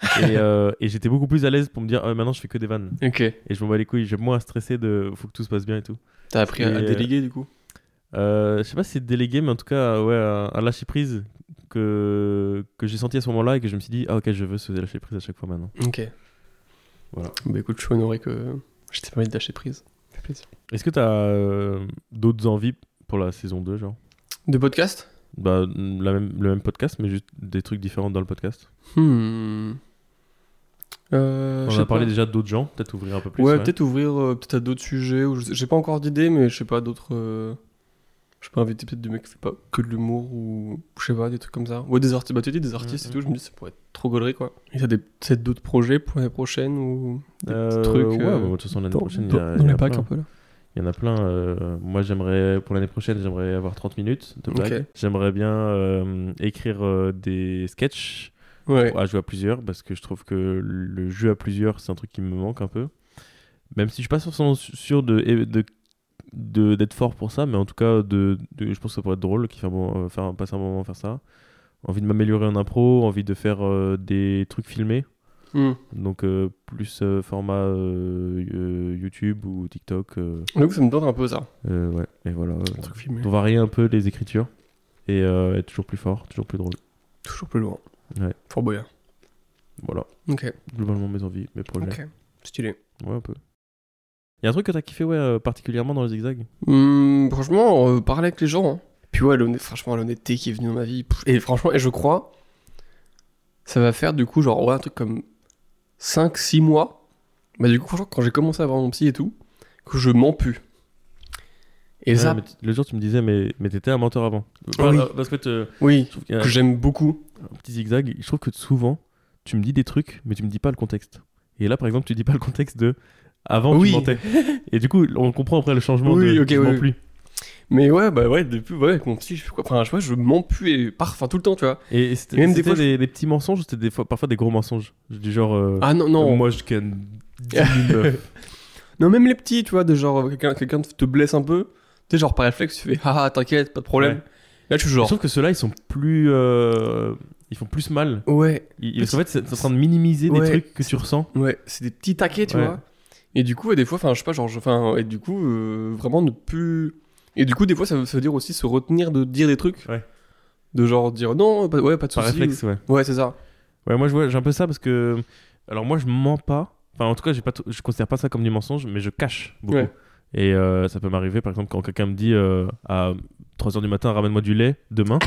S3: et euh, et j'étais beaucoup plus à l'aise pour me dire Ah, maintenant je fais que des vannes
S2: Ok.
S3: et je m'en bats les couilles j'ai moins à stresser de faut que tout se passe bien et tout
S2: T'as appris à,
S3: Et,
S2: à
S3: euh,
S2: déléguer, du coup
S3: Euh, je sais pas si c'est délégué mais en tout cas ouais un, un lâcher prise que que j'ai senti à ce moment là et que je me suis dit ah ok je veux ce lâcher prise à chaque fois maintenant
S2: Ok.
S3: Voilà.
S2: Bah écoute, je suis honoré que je t'ai permis de lâcher prise. Ça fait plaisir.
S3: est-ce que t'as euh, d'autres envies pour la saison 2 genre
S2: De podcast
S3: bah, la même, le même podcast, mais juste des trucs différents dans le podcast.
S2: Hmm. Euh, je
S3: on
S2: sais
S3: a parlé
S2: pas.
S3: déjà d'autres gens, peut-être ouvrir un peu plus.
S2: ouais, peut-être ouvrir euh, peut-être à d'autres sujets. ou je sais- J'ai pas encore d'idées, mais je sais pas d'autres. euh, Je peux inviter peut-être des mecs qui font pas que de l'humour ou je sais pas, des trucs comme ça. Ouais, des artistes. Bah, tu dis des artistes et
S3: Mhm.
S2: tout, je me dis ça pourrait être trop gaulerie quoi. Et t'as des- peut-être d'autres projets pour l'année prochaine ou des petits trucs.
S3: Ouais,
S2: euh,
S3: bah, de toute façon, l'année
S2: dans,
S3: prochaine, il y,
S2: dans-
S3: a-
S2: dans
S3: il y
S2: les hein.
S3: a
S2: packs
S3: plein.
S2: un peu là.
S3: Il y en a plein. euh, moi, j'aimerais, pour l'année prochaine, j'aimerais avoir 30 minutes de blagues.
S2: Ok.
S3: J'aimerais bien euh, écrire euh, des sketchs
S2: Ouais.
S3: à jouer à plusieurs, parce que je trouve que le jeu à plusieurs, c'est un truc qui me manque un peu. Même si je suis pas forcément sûr de. et de de- d'être fort pour ça mais en tout cas de, de- je pense que ça pourrait être drôle qui fait un bon, euh, faire passer un bon moment à faire ça envie de m'améliorer en impro envie de faire euh, des trucs filmés
S2: Hmm.
S3: donc euh, plus euh, format euh, euh, YouTube ou TikTok euh,
S2: Donc ça me donne un peu ça.
S3: euh, ouais et voilà euh,
S2: Un truc filmé.
S3: pour varier un peu les écritures et euh, être toujours plus fort toujours plus drôle
S2: Toujours plus loin.
S3: Ouais.
S2: Fort Boyard.
S3: voilà
S2: Ok,
S3: globalement mes envies mes projets
S2: ok. Stylé.
S3: ouais un peu il y a un truc que t'as kiffé ouais euh, particulièrement dans le zigzag
S2: Hum, franchement, euh, Hmm, parler avec les gens. hein. Puis Puis ouais, l'honnêt- franchement, l'honnêteté qui est venue dans ma vie. pff, Et franchement, et je crois, ça va faire du coup, genre, ouais, un truc comme 5-6 mois. Bah, du coup, franchement, quand j'ai commencé à avoir mon psy et tout, que je m'en pue. Et
S3: Ouais,
S2: ça,
S3: mais t- le jour, tu me disais, mais, mais t'étais un menteur avant.
S2: Ah oui.
S3: Parce que te-
S2: oui,
S3: je trouve qu'il y a
S2: que j'aime beaucoup.
S3: un petit zigzag. Je trouve que souvent, tu me dis des trucs, mais tu me dis pas le contexte. Et là, par exemple, tu dis pas le contexte de avant
S2: Oui.
S3: tu mentais. Et du coup, on comprend après le changement
S2: Oui,
S3: de
S2: ok,
S3: je mens
S2: oui,
S3: plus.
S2: Mais ouais, bah ouais, depuis, ouais, avec mon psy, je, enfin, je, ouais, je m'en pue et par, enfin, tout le temps, tu vois.
S3: Et c'était
S2: Et même des
S3: c'était
S2: fois, je-
S3: des, des petits mensonges, ou c'était des fois, parfois des gros mensonges. Du genre, euh,
S2: Ah non, non.
S3: moi je ken 10 000 meufs.
S2: Non, même les petits, tu vois, de genre, euh, quelqu'un quelqu'un te blesse un peu, tu sais, genre par réflexe, tu fais, ah, ah, t'inquiète, pas de problème.
S3: Ouais.
S2: Là, tu suis
S3: Je
S2: genre,
S3: trouve que ceux-là, ils sont plus. euh, ils font plus mal.
S2: ouais,
S3: Ils, parce qu'en fait, c'est c'est en train de minimiser des
S2: Ouais.
S3: trucs que tu ressens.
S2: ouais, c'est des petits taquets, tu
S3: Ouais.
S2: vois. Et du coup, et des fois, enfin, je sais pas, genre, je- enfin, et du coup, euh, vraiment ne plus. Et du coup, des fois, ça veut, ça veut dire aussi se retenir de dire des trucs.
S3: Ouais.
S2: De genre dire, non, pas- ouais, pas de
S3: Par
S2: soucis.
S3: réflexe, ouais.
S2: Ouais, c'est ça.
S3: Ouais, moi je vois, j'ai un peu ça parce que. Alors moi je mens pas. Enfin, en tout cas, j'ai pas t- je considère pas ça comme du mensonge, mais je cache beaucoup.
S2: Ouais.
S3: Et euh, ça peut m'arriver, par exemple, quand quelqu'un me dit euh, à 3h du matin, ramène-moi du lait demain.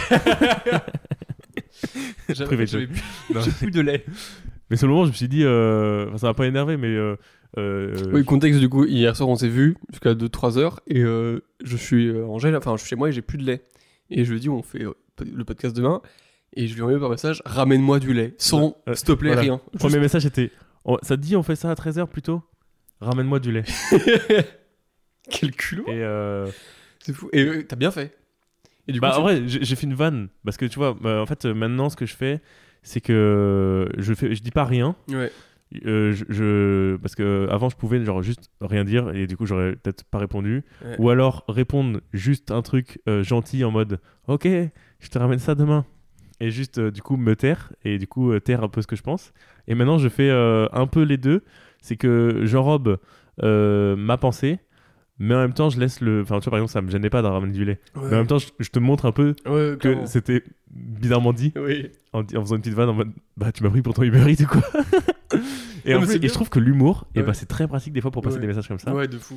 S3: Privé de jeu. Non.
S2: plus de lait.
S3: mais sur le moment, je me suis dit, euh, enfin, ça m'a pas énervé, mais. euh, euh,
S2: Oui, contexte, du coup, hier soir, on s'est vu jusqu'à 2-3 heures et euh, je suis euh, en gel, enfin, je suis chez moi et j'ai plus de lait. Et je lui dis, on fait euh, le podcast demain. Et je lui envoie par message, ramène-moi du lait. Sans,
S3: Ouais.
S2: s'il te plaît,
S3: Voilà.
S2: rien.
S3: Le premier message était oh, Ça te dit, on fait ça à 13h plutôt Ramène-moi du lait.
S2: Quel culot.
S3: Et euh,
S2: C'est fou. Et euh, t'as bien fait. Et du
S3: bah,
S2: coup,
S3: en vrai, j'ai j'ai fait une vanne. Parce que tu vois, bah, en fait, euh, maintenant, ce que je fais, c'est que je, fais, je dis pas rien.
S2: c'est- ouais.
S3: Euh, je, je- parce que avant je pouvais genre juste rien dire et du coup j'aurais peut-être pas répondu
S2: Ouais.
S3: ou alors répondre juste un truc euh, gentil en mode ok je te ramène ça demain et juste euh, du coup me taire et du coup euh, taire un peu ce que je pense et maintenant je fais euh, un peu les deux c'est que j'enrobe euh, ma pensée mais en même temps je laisse le enfin tu vois par exemple ça me gênait pas de ramener du lait mais en même temps je, je te montre un peu
S2: Ouais,
S3: bah, que
S2: clairement.
S3: c'était bizarrement dit
S2: Oui.
S3: en, en faisant une petite vanne en mode bah tu m'as pris pour ton Uber Eats ou quoi et,
S2: Non,
S3: en
S2: mais
S3: plus-
S2: c'est
S3: et
S2: bien.
S3: je trouve que l'humour et
S2: Ouais.
S3: bah, c'est très pratique des fois pour passer
S2: Ouais.
S3: des messages comme ça
S2: Ouais, de fou.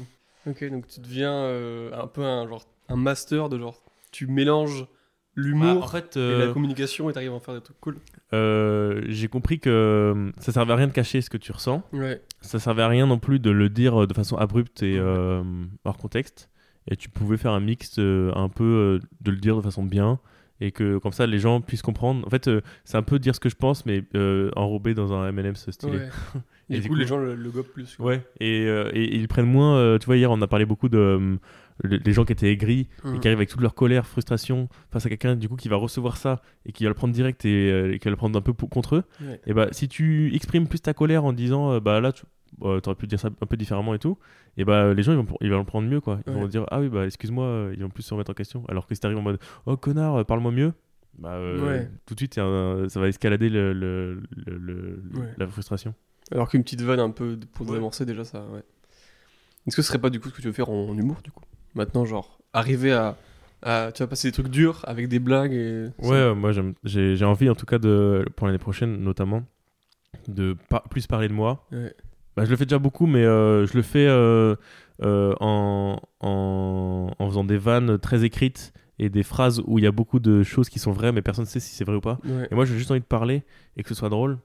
S2: Ok, donc tu deviens euh, un peu un genre un master de genre, tu mélanges
S3: Bah, en
S2: l'humour
S3: fait
S2: et
S3: euh,
S2: la communication et t'arrives à en faire des trucs cool.
S3: euh, j'ai compris que euh, ça servait à rien de cacher ce que tu ressens
S2: Ouais.
S3: ça servait à rien non plus de le dire euh, de façon abrupte et euh, hors contexte et tu pouvais faire un mix euh, un peu euh, de le dire de façon bien et que comme ça les gens puissent comprendre en fait euh, c'est un peu dire ce que je pense mais euh, enrobé dans un M&M's stylé
S2: Ouais.
S3: Et
S2: Et du,
S3: du
S2: coup,
S3: coup-
S2: les gens le, le gobent plus. quoi.
S3: Ouais, et, euh, et- et ils prennent moins. euh, tu vois, hier, on a parlé beaucoup de euh, le- les gens qui étaient aigris
S2: Mmh.
S3: et qui arrivent avec toute leur colère, frustration face à quelqu'un du coup qui va recevoir ça et qui va le prendre direct et, euh, et qui va le prendre un peu pour- contre eux.
S2: Ouais.
S3: Et bah, si tu exprimes plus ta colère en disant euh, bah là, tu euh, t'aurais pu dire ça un peu différemment et tout, et bah les gens ils vont, pr- ils vont le prendre mieux quoi. Ils vont
S2: Ouais.
S3: dire ah oui, bah excuse-moi, euh, ils vont plus se remettre en question. Alors que si t'arrives en mode oh connard, euh, parle-moi mieux. Bah, euh,
S2: Ouais.
S3: tout de suite, euh, ça va escalader le, le- le- le- le-
S2: Ouais.
S3: la frustration.
S2: Alors qu'une petite vanne un peu d- pour
S3: Ouais.
S2: désamorcer déjà ça, ouais. Est-ce que ce serait pas du coup ce que tu veux faire en, en humour du coup Maintenant, genre, arriver à, à- Tu vas passer des trucs durs avec des blagues et.
S3: Ouais, euh, moi j'aime- j'ai j'ai envie en tout cas de pour l'année prochaine notamment de par- plus parler de moi.
S2: Ouais.
S3: Bah, je le fais déjà beaucoup, mais euh, je le fais euh, euh, en, en, en faisant des vannes très écrites et des phrases où il y a beaucoup de choses qui sont vraies, mais personne ne sait si c'est vrai ou pas.
S2: Ouais.
S3: Et moi j'ai juste envie de parler et que ce soit drôle,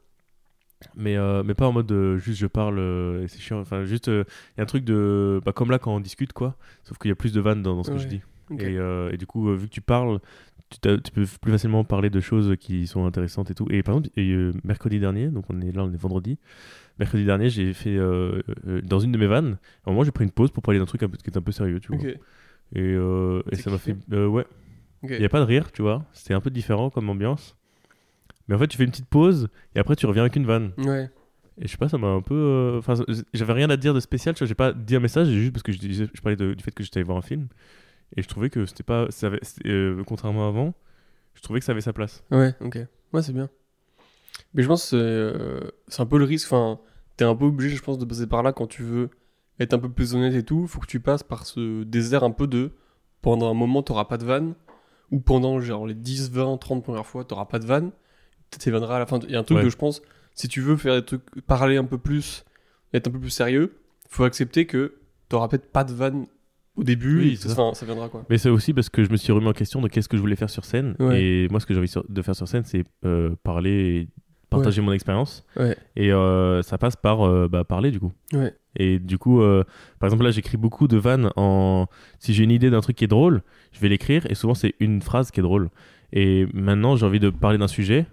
S3: mais, euh, mais pas en mode euh, juste je parle euh, et c'est chiant. Enfin, juste il y a un truc de. Bah, comme là quand on discute quoi, sauf qu'il y a plus de vannes dans, dans ce que je
S2: Ouais.
S3: dis.
S2: Ok.
S3: Et, euh, et du coup, euh, vu que tu parles, tu, t'as- tu peux plus facilement parler de choses qui sont intéressantes et tout. Et par exemple, et, euh, mercredi dernier, donc on est là, on est vendredi. Mercredi dernier, j'ai fait euh, euh, dans une de mes vannes. À un moment, j'ai pris une pause pour parler d'un truc un peu, qui est un peu sérieux, tu vois.
S2: Ok.
S3: Et, euh, et
S2: T'as
S3: ça m'a fait.
S2: kiffé
S3: euh, ouais.
S2: Ok.
S3: Il n'y a pas de rire, tu vois. C'était un peu différent comme ambiance. Mais en fait, tu fais une petite pause et après, tu reviens avec une vanne.
S2: Ouais.
S3: Et je sais pas, ça m'a un peu. euh, Enfin, ça- j'avais rien à dire de spécial, tu vois. J'ai pas dit un message, juste parce que je, disais, je parlais de- du fait que j'étais allé voir un film. Et je trouvais que c'était pas. Ça avait- c'était, euh, contrairement à avant, je trouvais que ça avait sa place.
S2: Ouais, ok. Ouais, c'est bien. Mais je pense que c'est, euh, c'est un peu le risque. Enfin, t'es un peu obligé, je pense, de passer par là quand tu veux être un peu plus honnête et tout. Faut que tu passes par ce désert un peu de pendant un moment, t'auras pas de vanne. Ou pendant genre les 10, 20, 30 premières fois, t'auras pas de vanne. T'évanneras à la fin. Il y a un truc
S3: Ouais.
S2: que je pense, si tu veux faire des trucs, parler un peu plus, être un peu plus sérieux, faut accepter que t'auras peut-être pas de vanne au début,
S3: Oui,
S2: et-
S3: c'est ça.
S2: enfin, ça viendra quoi.
S3: Mais c'est aussi parce que je me suis remis en question de qu'est-ce que je voulais faire sur scène.
S2: Ouais.
S3: Et moi, ce que j'ai envie sur- de faire sur scène, c'est euh, parler, partager mon expérience.
S2: Ouais.
S3: Et euh, ça passe par euh, bah, parler, du coup.
S2: Ouais.
S3: Et du coup, euh, par exemple, là, j'écris beaucoup de vannes en. Si j'ai une idée d'un truc qui est drôle, je vais l'écrire. Et souvent, c'est une phrase qui est drôle. Et maintenant, j'ai envie de parler d'un sujet.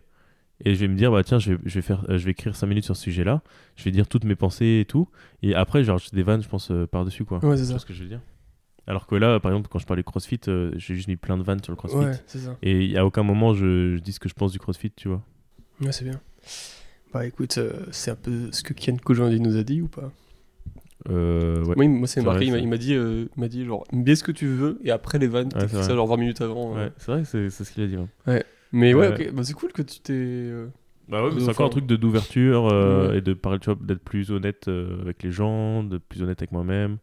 S3: Et je vais me dire, bah tiens, je vais, je vais faire, euh, je vais écrire 5 minutes sur ce sujet-là. Je vais dire toutes mes pensées et tout. Et après, je vais rajouter des vannes, je pense, euh, par-dessus, quoi.
S2: Ouais, c'est
S3: Tu
S2: ça.
S3: vois ce que je veux dire Alors que là, par exemple, quand je parlais CrossFit, euh, j'ai juste mis plein de vannes sur le CrossFit.
S2: Ouais, c'est ça.
S3: Et à aucun moment, je, je dis ce que je pense du CrossFit, tu vois.
S2: Ouais, c'est bien. Bah écoute, euh, c'est un peu ce que Ken Kojandi nous a dit ou pas
S3: Euh, ouais.
S2: Oui, moi c'est
S3: C'est vrai,
S2: Marie, il m'a-
S3: ça.
S2: il m'a dit, euh, il m'a dit genre, mets ce que tu veux et après les vannes,
S3: Ouais,
S2: t'écris
S3: c'est
S2: ça
S3: vrai.
S2: genre 20 minutes avant. euh.
S3: Ouais, c'est vrai que c'est c'est ce qu'il a dit. hein. ouais.
S2: Mais ouais,
S3: Ouais.
S2: ok, bah, c'est cool que tu t'es. euh,
S3: Bah ouais, mais c'est
S2: Enfin,
S3: encore un truc de d'ouverture euh,
S2: ouais.
S3: et de parler, tu vois, d'être plus honnête euh, avec les gens, de plus honnête avec moi-même,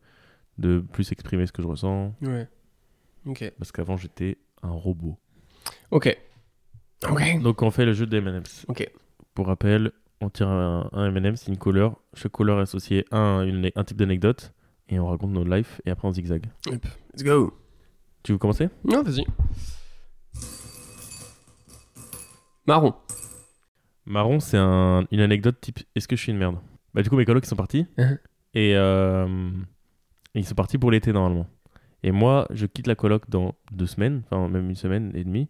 S3: de plus exprimer ce que je ressens.
S2: Ouais. Ok.
S3: Parce qu'avant, j'étais un robot.
S2: Ok. Ok.
S3: Donc, on fait le jeu des M&M's.
S2: Ok.
S3: Pour rappel, on tire un, un M&M, c'est une couleur. Chaque couleur est associée à un, une- un type d'anecdote et on raconte nos lives et après on zigzag.
S2: Let's go.
S3: Tu veux commencer
S2: Non, vas-y. Marron.
S3: Marron, c'est un- une anecdote type Est-ce que je suis une merde Bah, du coup, mes colocs ils sont partis.
S2: Uh-huh.
S3: et euh, ils sont partis pour l'été normalement. Et moi, je quitte la coloc dans deux semaines, enfin même une semaine et demie.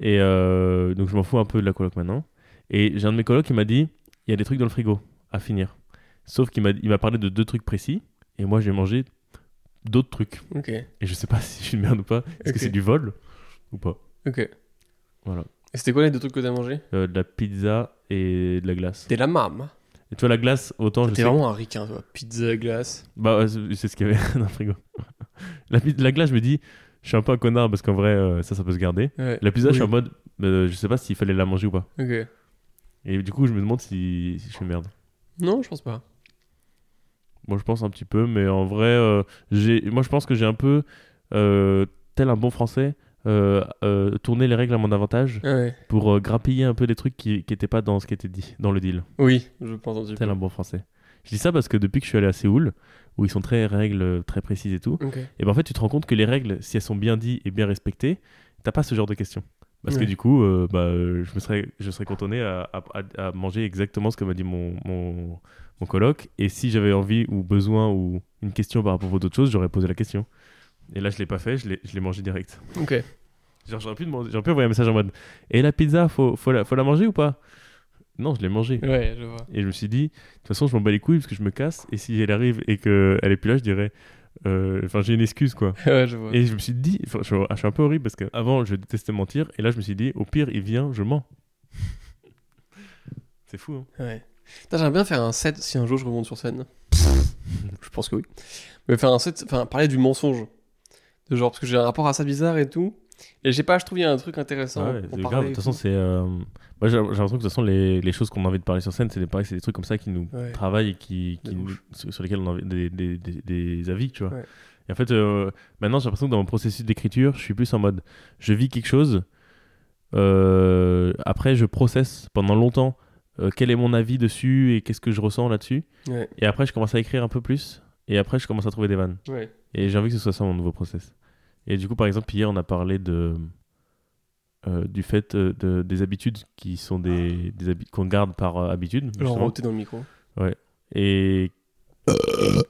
S3: Et euh, donc, je m'en fous un peu de la coloc maintenant. Et j'ai un de mes colocs qui m'a dit Il y a des trucs dans le frigo à finir. Sauf qu'il m'a il m'a parlé de deux trucs précis. Et moi, j'ai mangé d'autres trucs.
S2: Ok.
S3: Et je sais pas si je suis une merde ou pas. Est-ce
S2: Ok.
S3: que c'est du vol ou pas
S2: Ok.
S3: Voilà.
S2: Et c'était quoi les deux trucs que t'as mangé
S3: Euh, De la pizza et de la glace.
S2: T'es la marme.
S3: Et tu vois, la glace, autant je
S2: T'es
S3: sais
S2: vraiment un ricain, toi. Pizza, glace.
S3: Bah, ouais, c'est c'est ce qu'il y avait dans le frigo. La, pi- la glace, je me dis, je suis un peu un connard parce qu'en vrai, euh, ça, ça peut se garder.
S2: Ouais.
S3: La pizza, je suis en
S2: Oui.
S3: mode, euh, je sais pas s'il fallait la manger ou pas.
S2: Ok.
S3: Et du coup, je me demande si, si je suis une merde.
S2: Non, je pense pas.
S3: Bon, je pense un petit peu, mais en vrai, euh, j'ai- moi, je pense que j'ai un peu, euh, tel un bon français, euh, euh, tourné les règles à mon avantage
S2: Ah ouais.
S3: pour euh, grappiller un peu des trucs qui n'étaient pas dans ce qui était dit, dans le deal.
S2: Oui, je pense entendu.
S3: Tel un bon français. Je dis ça parce que depuis que je suis allé à Séoul, où ils sont très règles, euh, très précises et tout,
S2: Ok.
S3: et ben en fait tu te rends compte que les règles si elles sont bien dites et bien respectées t'as pas ce genre de questions parce
S2: Ouais.
S3: que du coup euh, bah, euh, je me serais je serais cantonné à, à- à- à manger exactement ce que m'a dit mon, mon mon coloc et si j'avais envie ou besoin ou une question par rapport à d'autres choses j'aurais posé la question et là je l'ai pas fait je l'ai je l'ai mangé direct
S2: Ok.
S3: genre j'aurais pu demander- j'aurais pu envoyer un message en mode et la pizza faut faut la, faut la manger ou pas non je l'ai mangée
S2: Ouais, je vois.
S3: et je me suis dit, de toute façon, je m'en bats les couilles parce que je me casse. Et si elle arrive et qu'elle est plus là, je dirais. euh, Enfin, j'ai une excuse, quoi.
S2: ouais, je vois.
S3: Et je me suis dit, enfin, je, je suis un peu horrible parce qu'avant je détestais mentir, et là je me suis dit, au pire il vient, je mens. c'est fou, hein
S2: Ouais. Putain, J'aimerais bien faire un set si un jour je remonte sur scène. je pense que oui. Mais faire un set, enfin, parler du mensonge. De genre, parce que j'ai un rapport à ça bizarre et tout. Et je sais pas, je trouve qu'il y a un truc intéressant.
S3: Ouais,
S2: pour
S3: c'est
S2: parler
S3: grave. De
S2: et
S3: toute façon,
S2: tout.
S3: c'est. euh, Moi j'ai j'ai l'impression que de toute façon, les, les choses qu'on a envie de parler sur scène, c'est des, pareil, c'est des trucs comme ça qui nous
S2: Ouais.
S3: travaillent et qui,
S2: De
S3: qui nous-
S2: ouf.
S3: sur sur lesquels on a envie- des, des, des- des avis, tu vois.
S2: Ouais.
S3: Et en fait, euh, maintenant j'ai l'impression que dans mon processus d'écriture, je suis plus en mode, je vis quelque chose, euh, après je processe pendant longtemps euh, quel est mon avis dessus et qu'est-ce que je ressens là-dessus.
S2: Ouais.
S3: Et après, je commence à écrire un peu plus. Et après, je commence à trouver des vannes.
S2: Ouais.
S3: Et j'ai envie que ce soit ça mon nouveau process. Et du coup, par exemple, hier, on a parlé de euh, du fait euh, de- des habitudes qui sont des, des habi- qu'on garde par euh, habitude
S2: Ah. Genre,
S3: justement.
S2: rôter dans le micro.
S3: et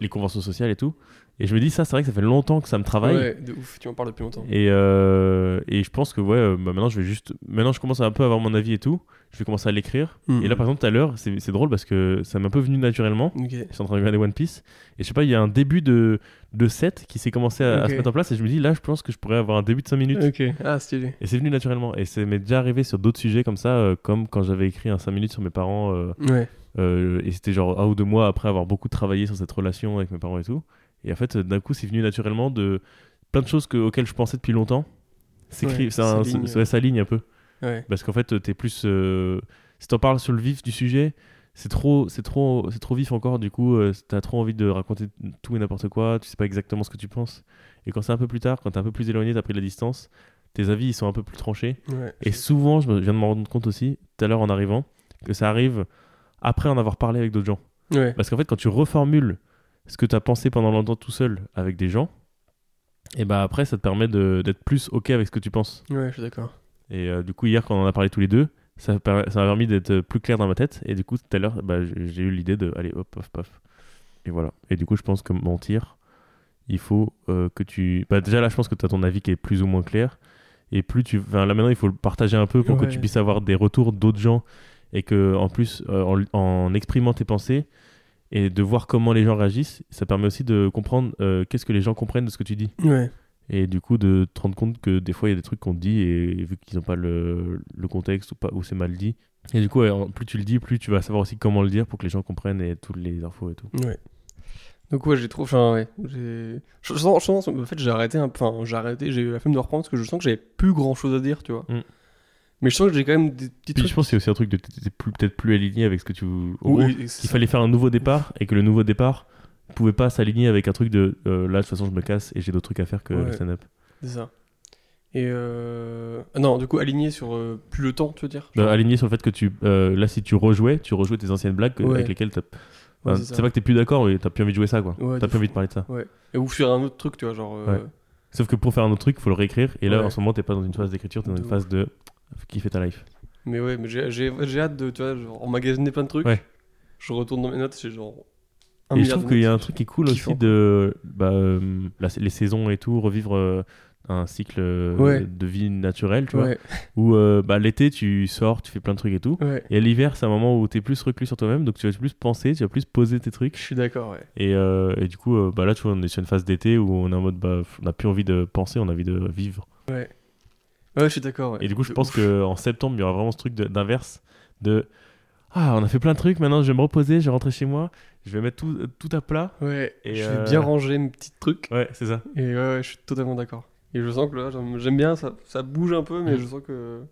S3: les conventions sociales et tout. Et je me dis ça, c'est vrai que ça fait longtemps que ça me travaille.
S2: Ouais, de ouf, tu en parles depuis longtemps.
S3: Et, euh, et je pense que ouais, euh, bah maintenant je vais juste, maintenant je commence à un peu avoir mon avis et tout. Je vais commencer à l'écrire.
S2: Mhm.
S3: Et là, par exemple, tout à l'heure, c'est c'est drôle parce que ça m'a un peu venu naturellement.
S2: Mm. Ok.
S3: Je suis en train de regarder One Piece. Et je sais pas, il y a un début de, de set qui s'est commencé à, à
S2: Ok.
S3: se mettre en place. Et je me dis, là, je pense que je pourrais avoir un début de 5 minutes.
S2: Ok. Ah, stylé.
S3: Et c'est venu naturellement. Et ça m'est déjà arrivé sur d'autres sujets comme ça, euh, comme quand j'avais écrit un 5 minutes sur mes parents. euh,
S2: Ouais.
S3: euh, et c'était genre un ou deux mois après avoir beaucoup travaillé sur cette relation avec mes parents et tout. Et en fait, euh, d'un coup, c'est venu naturellement de plein de choses que, auxquelles je pensais depuis longtemps. S'écrit,
S2: Ouais,
S3: ça,
S2: s'aligne.
S3: ça- ça s'aligne un peu.
S2: Ouais.
S3: Parce qu'en fait, euh, t'es plus. euh, si t'en parles sur le vif du sujet, c'est trop, c'est trop, c'est trop vif encore. Du coup, euh, t'as trop envie de raconter tout et n'importe quoi. Tu sais pas exactement ce que tu penses. Et quand c'est un peu plus tard, quand t'es un peu plus éloigné, t'as pris de la distance. Tes avis, ils sont un peu plus tranchés.
S2: Ouais.
S3: Et souvent, je me- je viens de m'en rendre compte aussi, tout à l'heure en arrivant, que ça arrive après en avoir parlé avec d'autres gens.
S2: Ouais.
S3: Parce qu'en fait, quand tu reformules ce que t'as pensé pendant longtemps tout seul avec des gens, et bah après ça te permet de- d'être plus ok avec ce que tu penses.
S2: Ouais, je suis d'accord.
S3: Et euh, du coup hier quand on en a parlé tous les deux, ça per- ça m'a permis d'être euh, plus clair dans ma tête et du coup tout à l'heure bah, j'ai j'ai eu l'idée de allez hop paf paf. Et voilà. Et du coup je pense que mentir, il faut euh, que tu... Bah déjà là je pense que tu as ton avis qui est plus ou moins clair. Et plus tu... Enfin, là maintenant il faut le partager un peu pour que
S2: Ouais.
S3: tu puisses avoir des retours d'autres gens et que en plus euh, en- en exprimant tes pensées et de voir comment les gens réagissent, ça permet aussi de comprendre euh, qu'est-ce que les gens comprennent de ce que tu dis.
S2: Ouais.
S3: Et du coup, de te rendre compte que des fois, il y a des trucs qu'on te dit et, vu qu'ils n'ont pas le, le contexte ou, pas, ou c'est mal dit. Et du coup, ouais, en- plus tu le dis, plus tu vas savoir aussi comment le dire pour que les gens comprennent et toutes les infos et tout.
S2: Ouais. Donc ouais, j'ai trop... Enfin, ouais. j'ai- Je, je sens, je sens- En fait, j'ai arrêté un peu... Enfin, j'ai arrêté, j'ai eu la flemme de reprendre parce que je sens que j'avais plus grand-chose à dire, tu vois.
S3: Mm.
S2: Mais je sens que j'ai quand même des petits
S3: Puis
S2: trucs...
S3: je pense qu'il y a aussi un truc de t'es- t'es plus- peut-être plus aligné avec ce que tu. au gros,
S2: Oui, c'est
S3: qu'il
S2: ça.
S3: fallait faire un nouveau départ et que le nouveau départ pouvait pas s'aligner avec un truc de euh, là, de toute façon, je me casse et j'ai d'autres trucs à faire que
S2: Ouais.
S3: le stand-up.
S2: C'est ça. Et euh... ah Non, du coup, aligné sur euh, plus le temps, tu veux dire
S3: Bah, aligné sur le fait que tu. euh, là, si tu rejouais, tu rejouais tes anciennes blagues que-
S2: Ouais.
S3: avec lesquelles t'as.
S2: Ouais,
S3: enfin,
S2: c'est ça.
S3: c'est pas que t'es plus d'accord, mais t'as plus envie de jouer ça, quoi.
S2: Ouais,
S3: t'as plus
S2: de fou.
S3: envie de parler de ça.
S2: Et ou sur un autre truc, tu vois, genre... euh,
S3: Ouais. Sauf que pour faire un autre truc, faut le réécrire. Et là,
S2: Ouais.
S3: en ce moment, t'es pas dans une phase d'écriture, t'es dans
S2: De
S3: une phase de kiffer ta life.
S2: Mais ouais, mais j'ai- j'ai j'ai hâte de, tu vois, genre, emmagasiner plein de trucs.
S3: Ouais.
S2: Je retourne dans mes notes, j'ai genre... un
S3: Et je
S2: milliard
S3: trouve
S2: de
S3: qu'il y a un
S2: notes.
S3: truc qui est cool
S2: Kiffant.
S3: aussi de bah, euh, la- les saisons et tout, revivre euh, un cycle euh,
S2: Ouais.
S3: de vie naturelle, tu vois.
S2: Ouais,
S3: Où euh, bah, l'été, tu sors, tu fais plein de trucs et tout.
S2: ouais.
S3: Et l'hiver, c'est un moment où t'es plus reclus sur toi-même, donc tu vas plus penser, tu vas plus poser tes trucs.
S2: Je suis d'accord, ouais.
S3: Et, euh, et du coup, euh, bah, là, tu vois, on est sur une phase d'été où on est en mode, bah, on n'a plus envie de penser, on a envie de vivre.
S2: Ouais, je suis d'accord, ouais.
S3: Et du coup, je
S2: De
S3: pense
S2: ouf.
S3: qu'en septembre, il y aura vraiment ce truc de- d'inverse de Ah, on a fait plein de trucs, maintenant je vais me reposer, je vais rentrer chez moi, je vais mettre tout, euh, tout à plat.
S2: Ouais,
S3: Et
S2: je vais
S3: euh,
S2: bien ranger mes petits trucs.
S3: Ouais, c'est ça.
S2: Et ouais, ouais, je suis totalement d'accord. Et je sens que là, j'aime j'aime bien, ça, ça bouge un peu, mais
S3: Mm.
S2: je sens que...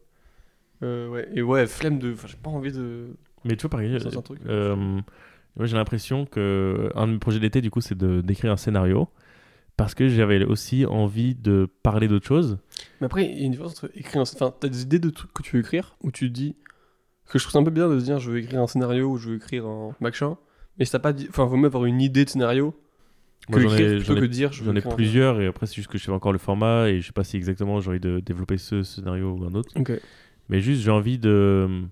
S2: euh, ouais. Et ouais, flemme de... Enfin, j'ai pas envie de...
S3: Mais tu vois, par
S2: Ça,
S3: exemple,
S2: c'est un truc.
S3: euh, moi, j'ai l'impression que un de mes projets d'été, du coup, c'est de- d'écrire un scénario parce que j'avais aussi envie de parler d'autre chose.
S2: Mais après, il y a une différence entre écrire un... Enfin, t'as des idées de trucs que tu veux écrire, où tu te dis... Que je trouve ça un peu bien de se dire, je veux écrire un scénario, ou je veux écrire un machin. Mais si t'as pas... dit- Enfin, vaut mieux avoir une idée de scénario que
S3: Moi, j'en
S2: écrire,
S3: ai,
S2: plutôt
S3: j'en ai-
S2: que dire, je veux
S3: j'en ai
S2: écrire un-
S3: plusieurs, et après, c'est juste que je sais pas encore le format et je sais pas si exactement j'ai envie de développer ce scénario ou un autre.
S2: Ok.
S3: mais juste j'ai envie de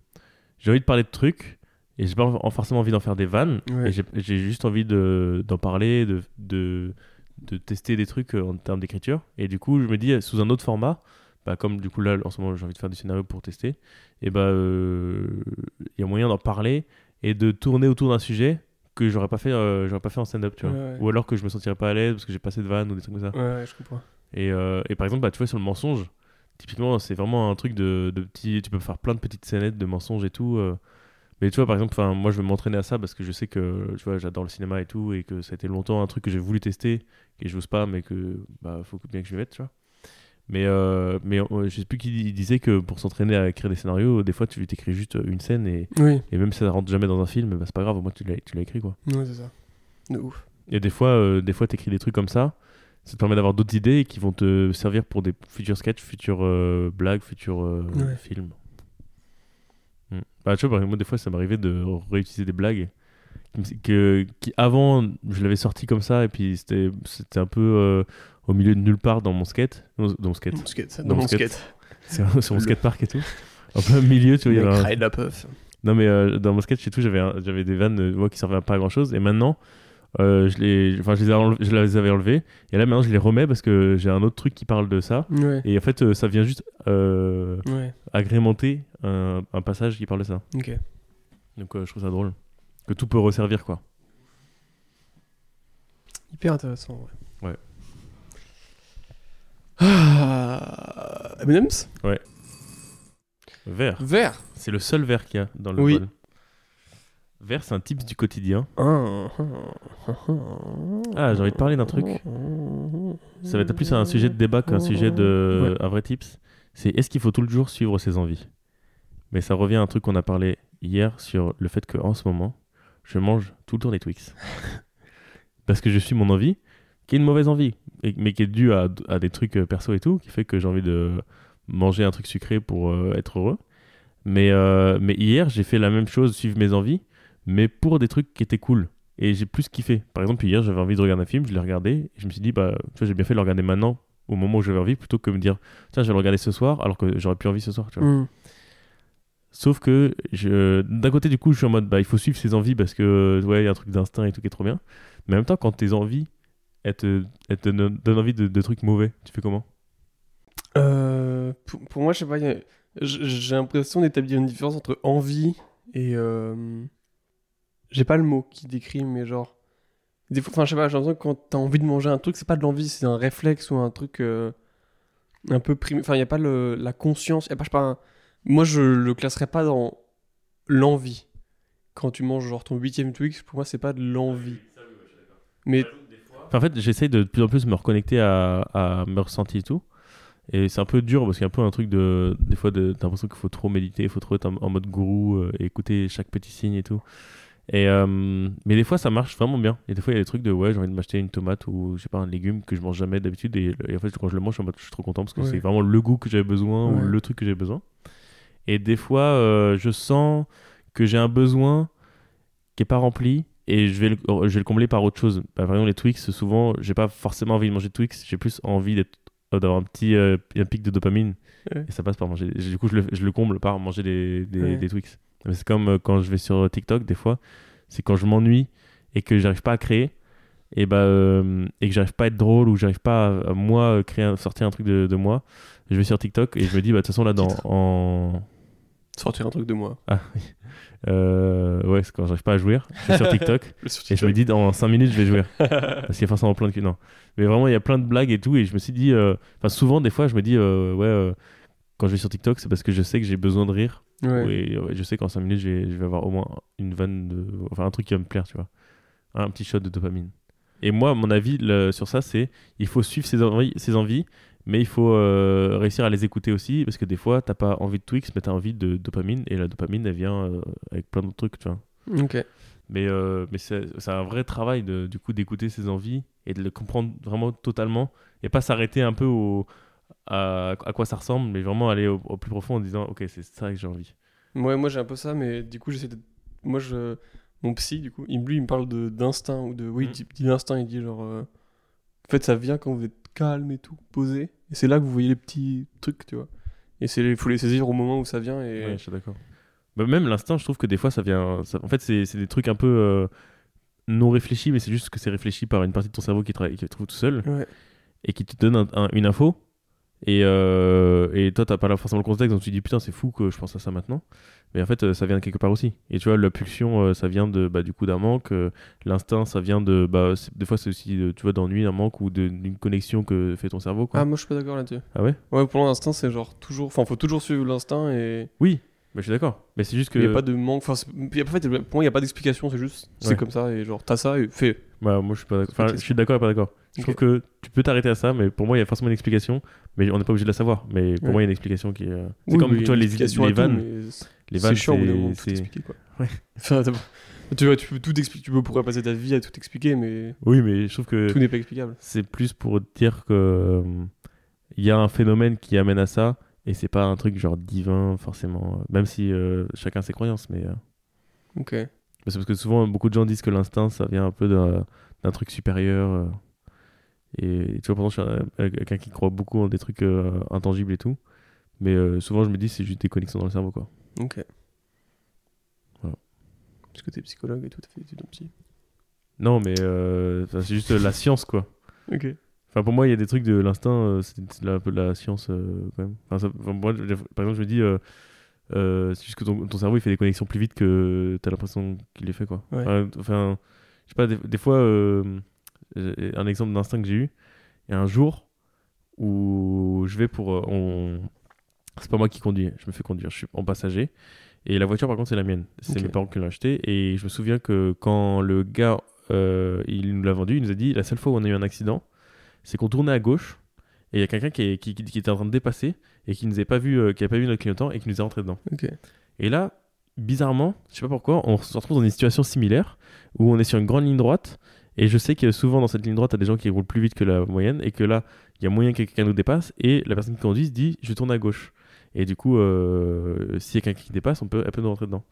S3: j'ai envie de parler de trucs et j'ai pas en- forcément envie d'en faire des vannes
S2: Ouais.
S3: et j'ai- j'ai juste envie de d'en parler de, de de tester des trucs euh, en termes d'écriture et du coup je me dis euh, sous un autre format bah comme du coup là en ce moment j'ai envie de faire du scénario pour tester et bah euh, il y a moyen d'en parler et de tourner autour d'un sujet que j'aurais pas fait euh, j'aurais pas fait en stand-up tu vois
S2: Ouais, ouais.
S3: ou alors que je me sentirais pas à l'aise parce que j'ai passé de vannes ou des trucs comme ça
S2: Ouais, ouais, je comprends.
S3: et, euh, et par exemple, bah, tu vois, sur le mensonge, typiquement, c'est vraiment un truc de, de petit. Tu peux faire plein de petites scénettes de mensonges et tout. euh. mais tu vois, par exemple, 'fin, moi, je vais m'entraîner à ça parce que je sais que tu vois, j'adore le cinéma et tout. Et que ça a été longtemps un truc que j'ai voulu tester et j'ose pas, mais que bah, faut que- bien que je m'y mette, tu vois. Mais, euh, mais euh, je sais plus qui di- disait que pour s'entraîner à écrire des scénarios, des fois, tu t'écris juste une scène et,
S2: Oui,
S3: et même si ça rentre jamais dans un film, bah, c'est pas grave, au moins, tu l'as tu l'as écrit, quoi.
S2: ouais, c'est ça. De ouf.
S3: Et des fois, euh, des fois, t'écris des trucs comme ça. Ça te permet d'avoir d'autres idées qui vont te servir pour des futurs sketchs, futures euh, blagues, futurs euh,
S2: Ouais.
S3: films. Mm. Bah, tu vois, par exemple, moi, des fois, ça m'arrivait de réutiliser des blagues qui, me- que, qui, avant, je l'avais sorti comme ça, et puis c'était c'était un peu euh, au milieu de nulle part dans mon skate. Dans, dans mon skate.
S2: skate.
S3: Dans mon skate. C'est- sur mon skatepark et tout. En plein milieu, tu vois, il y avait un-
S2: de la puff.
S3: non, mais euh, dans mon sketch et tout, j'avais, un- j'avais des vannes euh, moi, qui servaient à pas grand chose. Et maintenant, euh, je, les, enfin, je, les ai enle- je les avais enlevées. Et là, maintenant, je les remets parce que j'ai un autre truc qui parle de ça.
S2: Ouais.
S3: Et en fait, euh, ça vient juste euh,
S2: Ouais,
S3: agrémenter un, un passage qui parle de ça.
S2: ok.
S3: Donc, euh, je trouve ça drôle. Que tout peut resservir, quoi.
S2: Hyper intéressant, ouais.
S3: Ouais.
S2: Ah, M&M's
S3: Vert.
S2: Vert.
S3: C'est le seul vert qu'il y a dans le
S2: Oui.
S3: bol. Vert, c'est un tips du quotidien.
S2: ah,
S3: Ah, j'ai envie de parler d'un truc.
S2: ah,
S3: Ça va être plus un sujet de débat qu'un sujet de un vrai tips. C'est est-ce qu'il faut tout le jour suivre ses envies Mais ça revient à un truc qu'on a parlé hier sur le fait que en ce moment, je mange tout le temps des Twix parce que je suis mon envie, qui est une mauvaise envie, et- mais qui est due à, à des trucs euh, perso et tout, qui fait que j'ai envie de manger un truc sucré pour euh, être heureux. Mais euh, mais hier, j'ai fait la même chose, suivre mes envies, mais pour des trucs qui étaient cool. Et j'ai plus kiffé. Par exemple, hier, j'avais envie de regarder un film, je l'ai regardé, et je me suis dit, bah, tu vois, j'ai bien fait de le regarder maintenant, au moment où j'avais envie, plutôt que me dire, tiens, je vais le regarder ce soir, alors que j'aurais plus envie ce soir. Tu vois.
S2: Mm.
S3: Sauf que je... d'un côté, du coup, je suis en mode bah, il faut suivre ses envies parce que ouais, il y a un truc d'instinct et tout qui est trop bien. Mais en même temps, quand tes envies, elles te, elles te don- donnent envie de, de trucs mauvais, tu fais comment
S2: Euh, pour, pour moi, je sais pas, y a- j- j'ai l'impression d'établir une différence entre envie et. euh, j'ai pas le mot qui décrit, mais genre. Des fois, enfin, je sais pas, j'ai l'impression que quand t'as envie de manger un truc, c'est pas de l'envie, c'est un réflexe ou un truc euh, un peu primé. Enfin, y a pas le, la conscience. y a pas, je sais pas, un- Moi, je le classerais pas dans l'envie. Quand tu manges genre ton huitième Twix, pour moi, c'est pas de l'envie. Mais
S3: Enfin, En fait, j'essaye de, de plus en plus me reconnecter à, à mes ressentis et tout. Et c'est un peu dur parce qu'il y a un peu un truc de. Des fois, de- t'as l'impression qu'il faut trop méditer, il faut trop être en, en mode gourou, euh, et écouter chaque petit signe et tout. Et, euh, mais des fois, ça marche vraiment bien. Et des fois, il y a des trucs de ouais, j'ai envie de m'acheter une tomate ou je sais pas, un légume que je mange jamais d'habitude. Et, et en fait, quand je le mange, je suis en mode, je suis trop content parce que
S2: Ouais.
S3: c'est vraiment le goût que j'avais besoin
S2: Ouais.
S3: ou le truc que j'avais besoin. Et des fois, euh, je sens que j'ai un besoin qui est pas rempli et je vais le, je vais le combler par autre chose. Bah, par exemple, les Twix, souvent, j'ai pas forcément envie de manger de Twix, j'ai plus envie d'être- euh, d'avoir un petit euh, un pic de dopamine
S2: Ouais.
S3: et ça passe par manger. Du coup, je le, je le comble par manger des, des,
S2: Ouais.
S3: des Twix. Mais C'est comme euh, quand je vais sur TikTok, des fois, c'est quand je m'ennuie et que j'arrive pas à créer et, bah, euh, et que j'arrive pas à être drôle ou j'arrive pas à, à, moi créer, un- sortir un truc de, de moi. Je vais sur TikTok et je me dis, bah, de toute façon, là, dans,
S2: Titre.
S3: en,
S2: sortir un truc de moi.
S3: ah oui. Euh, ouais, c'est quand j'arrive pas à jouir. Je suis sur TikTok
S2: Sur
S3: et je me dis dans 5 minutes je vais jouir. Parce qu'il y a forcément plein de. Non. Mais vraiment, il y a plein de blagues et tout. Et je me suis dit. euh, Enfin, souvent, des fois, je me dis euh, ouais, euh, quand je vais sur TikTok, c'est parce que je sais que j'ai besoin de rire.
S2: Ouais.
S3: Et euh, ouais, je sais qu'en 5 minutes, je vais, je vais avoir au moins une vanne de. Enfin, un truc qui va me plaire, tu vois. Un petit shot de dopamine. Et moi, mon avis le- sur ça, c'est il faut suivre ses envies, ses envies mais il faut euh, réussir à les écouter aussi, parce que des fois, t'as pas envie de Twix, mais t'as envie de dopamine, et la dopamine, elle vient euh, avec plein d'autres trucs, tu vois.
S2: Ok.
S3: Mais, euh, mais c'est c'est un vrai travail, de, du coup, d'écouter ses envies et de le comprendre vraiment totalement, et pas s'arrêter un peu au, à, à quoi ça ressemble, mais vraiment aller au, au plus profond en disant, ok, c'est ça que j'ai envie.
S2: Ouais, moi j'ai un peu ça, mais du coup j'essaie de. Moi je. Mon psy, du coup, il, lui il me parle de- d'instinct ou de. Oui,
S3: Mhm.
S2: il dit- il dit l'instinct, il dit genre. euh, En fait, ça vient quand vous êtes calme et tout, posé. Et c'est là que vous voyez les petits trucs, tu vois. Et c'est- il faut les saisir au moment où ça vient. Et...
S3: Ouais, je suis d'accord. Bah, même l'instinct, je trouve que des fois, ça vient. ça- En fait, c'est c'est des trucs un peu euh, non réfléchis, mais c'est juste que c'est réfléchi par une partie de ton cerveau qui, travaille, qui trouve tout seul
S2: Ouais.
S3: et qui te donne un- un- une info. Et, euh, et toi, t'as pas là forcément le contexte, donc tu te dis putain, c'est fou que je pense à ça maintenant. Mais en fait, euh, ça vient de quelque part aussi. Et tu vois, la pulsion, euh, ça vient de, bah, du coup d'un manque. euh, L'instinct, ça vient de. Bah, c'est- des fois, c'est aussi de- tu vois, d'ennui, d'un manque ou de- d'une connexion que fait ton cerveau. Quoi.
S2: Ah, moi je suis pas d'accord là-dessus.
S3: ah ouais
S2: Ouais, pour l'instant, c'est genre toujours. Enfin, faut toujours suivre l'instinct et.
S3: Mais Bah, je suis d'accord. Mais c'est juste que.
S2: Il n'y a pas de manque. Enfin, c'est- y a- en fait, pour moi, il n'y a pas d'explication, c'est juste. C'est
S3: Ouais.
S2: comme ça, et genre, t'as ça et fais.
S3: Bah, moi, je suis pas d'accord. Enfin,
S2: Ok.
S3: je suis d'accord et pas d'accord. Je
S2: Ok.
S3: trouve que tu peux t'arrêter à ça, mais pour moi, il y a forcément une explication, mais on n'est pas obligé de la savoir. Mais pour
S2: Ouais.
S3: moi, il y a une explication qui est. euh, C'est
S2: Oui,
S3: comme
S2: oui,
S3: tu vois,
S2: une
S3: les,
S2: explication
S3: les
S2: à tout,
S3: vannes.
S2: mais
S3: les
S2: c'est
S3: vannes,
S2: chiant au bout d'un moment de tout
S3: c'est-
S2: expliquer quoi. Enfin, t'as pas- tu vois, tu peux tout expliquer, tu peux- pourrais passer ta vie à tout expliquer, mais
S3: Oui, mais je trouve que
S2: tout n'est pas explicable.
S3: c'est plus pour dire que euh, il y a un phénomène qui amène à ça, et c'est pas un truc genre divin, forcément. euh, Même si euh, chacun ses croyances, mais. euh,
S2: Ok.
S3: C'est parce que souvent, beaucoup de gens disent que l'instinct, ça vient un peu d'un d'un truc supérieur. euh, Et, et tu vois, pourtant, je suis un- euh, quelqu'un qui croit beaucoup en des trucs euh, intangibles et tout. Mais euh, souvent, je me dis, c'est juste des connexions dans le cerveau, quoi.
S2: Ok.
S3: Voilà.
S2: Parce que t'es psychologue et tout, t'as fait des études en psy.
S3: Non, mais euh, enfin, c'est juste euh, la science, quoi.
S2: Ok.
S3: Enfin, pour moi, il y a des trucs de l'instinct, euh, c'est c'est de la- un peu de la science, euh, quand même. Enfin, ça- enfin, moi, je- par exemple, je me dis, euh, euh, c'est juste que ton, ton cerveau, il fait des connexions plus vite que t'as l'impression qu'il les fait, quoi.
S2: Ouais.
S3: Enfin, Enfin, je sais pas, des, des fois, euh, j'ai- un exemple d'instinct que j'ai eu, il y a un jour où je vais pour... euh, on... C'est pas moi qui conduis, je me fais conduire, je suis en passager. Et la voiture, par contre, c'est la mienne. C'est
S2: Ok.
S3: mes parents qui l'ont achetée. Et je me souviens que quand le gars, euh, il nous l'a vendue, il nous a dit, la seule fois où on a eu un accident, c'est qu'on tournait à gauche, et il y a quelqu'un qui, est- qui, qui- qui était en train de dépasser, et qui nous avait pas vu, euh, qui a pas vu notre clignotant, et qui nous est rentré dedans.
S2: Ok.
S3: Et là, bizarrement, je sais pas pourquoi, on se retrouve dans une situation similaire où on est sur une grande ligne droite. Et je sais que souvent dans cette ligne droite, t'as des gens qui roulent plus vite que la moyenne et que là, il y a moyen que quelqu'un nous dépasse et la personne qui conduit se dit je tourne à gauche. Et du coup, euh, s'il y a quelqu'un qui dépasse, on peut, elle peut nous rentrer dedans.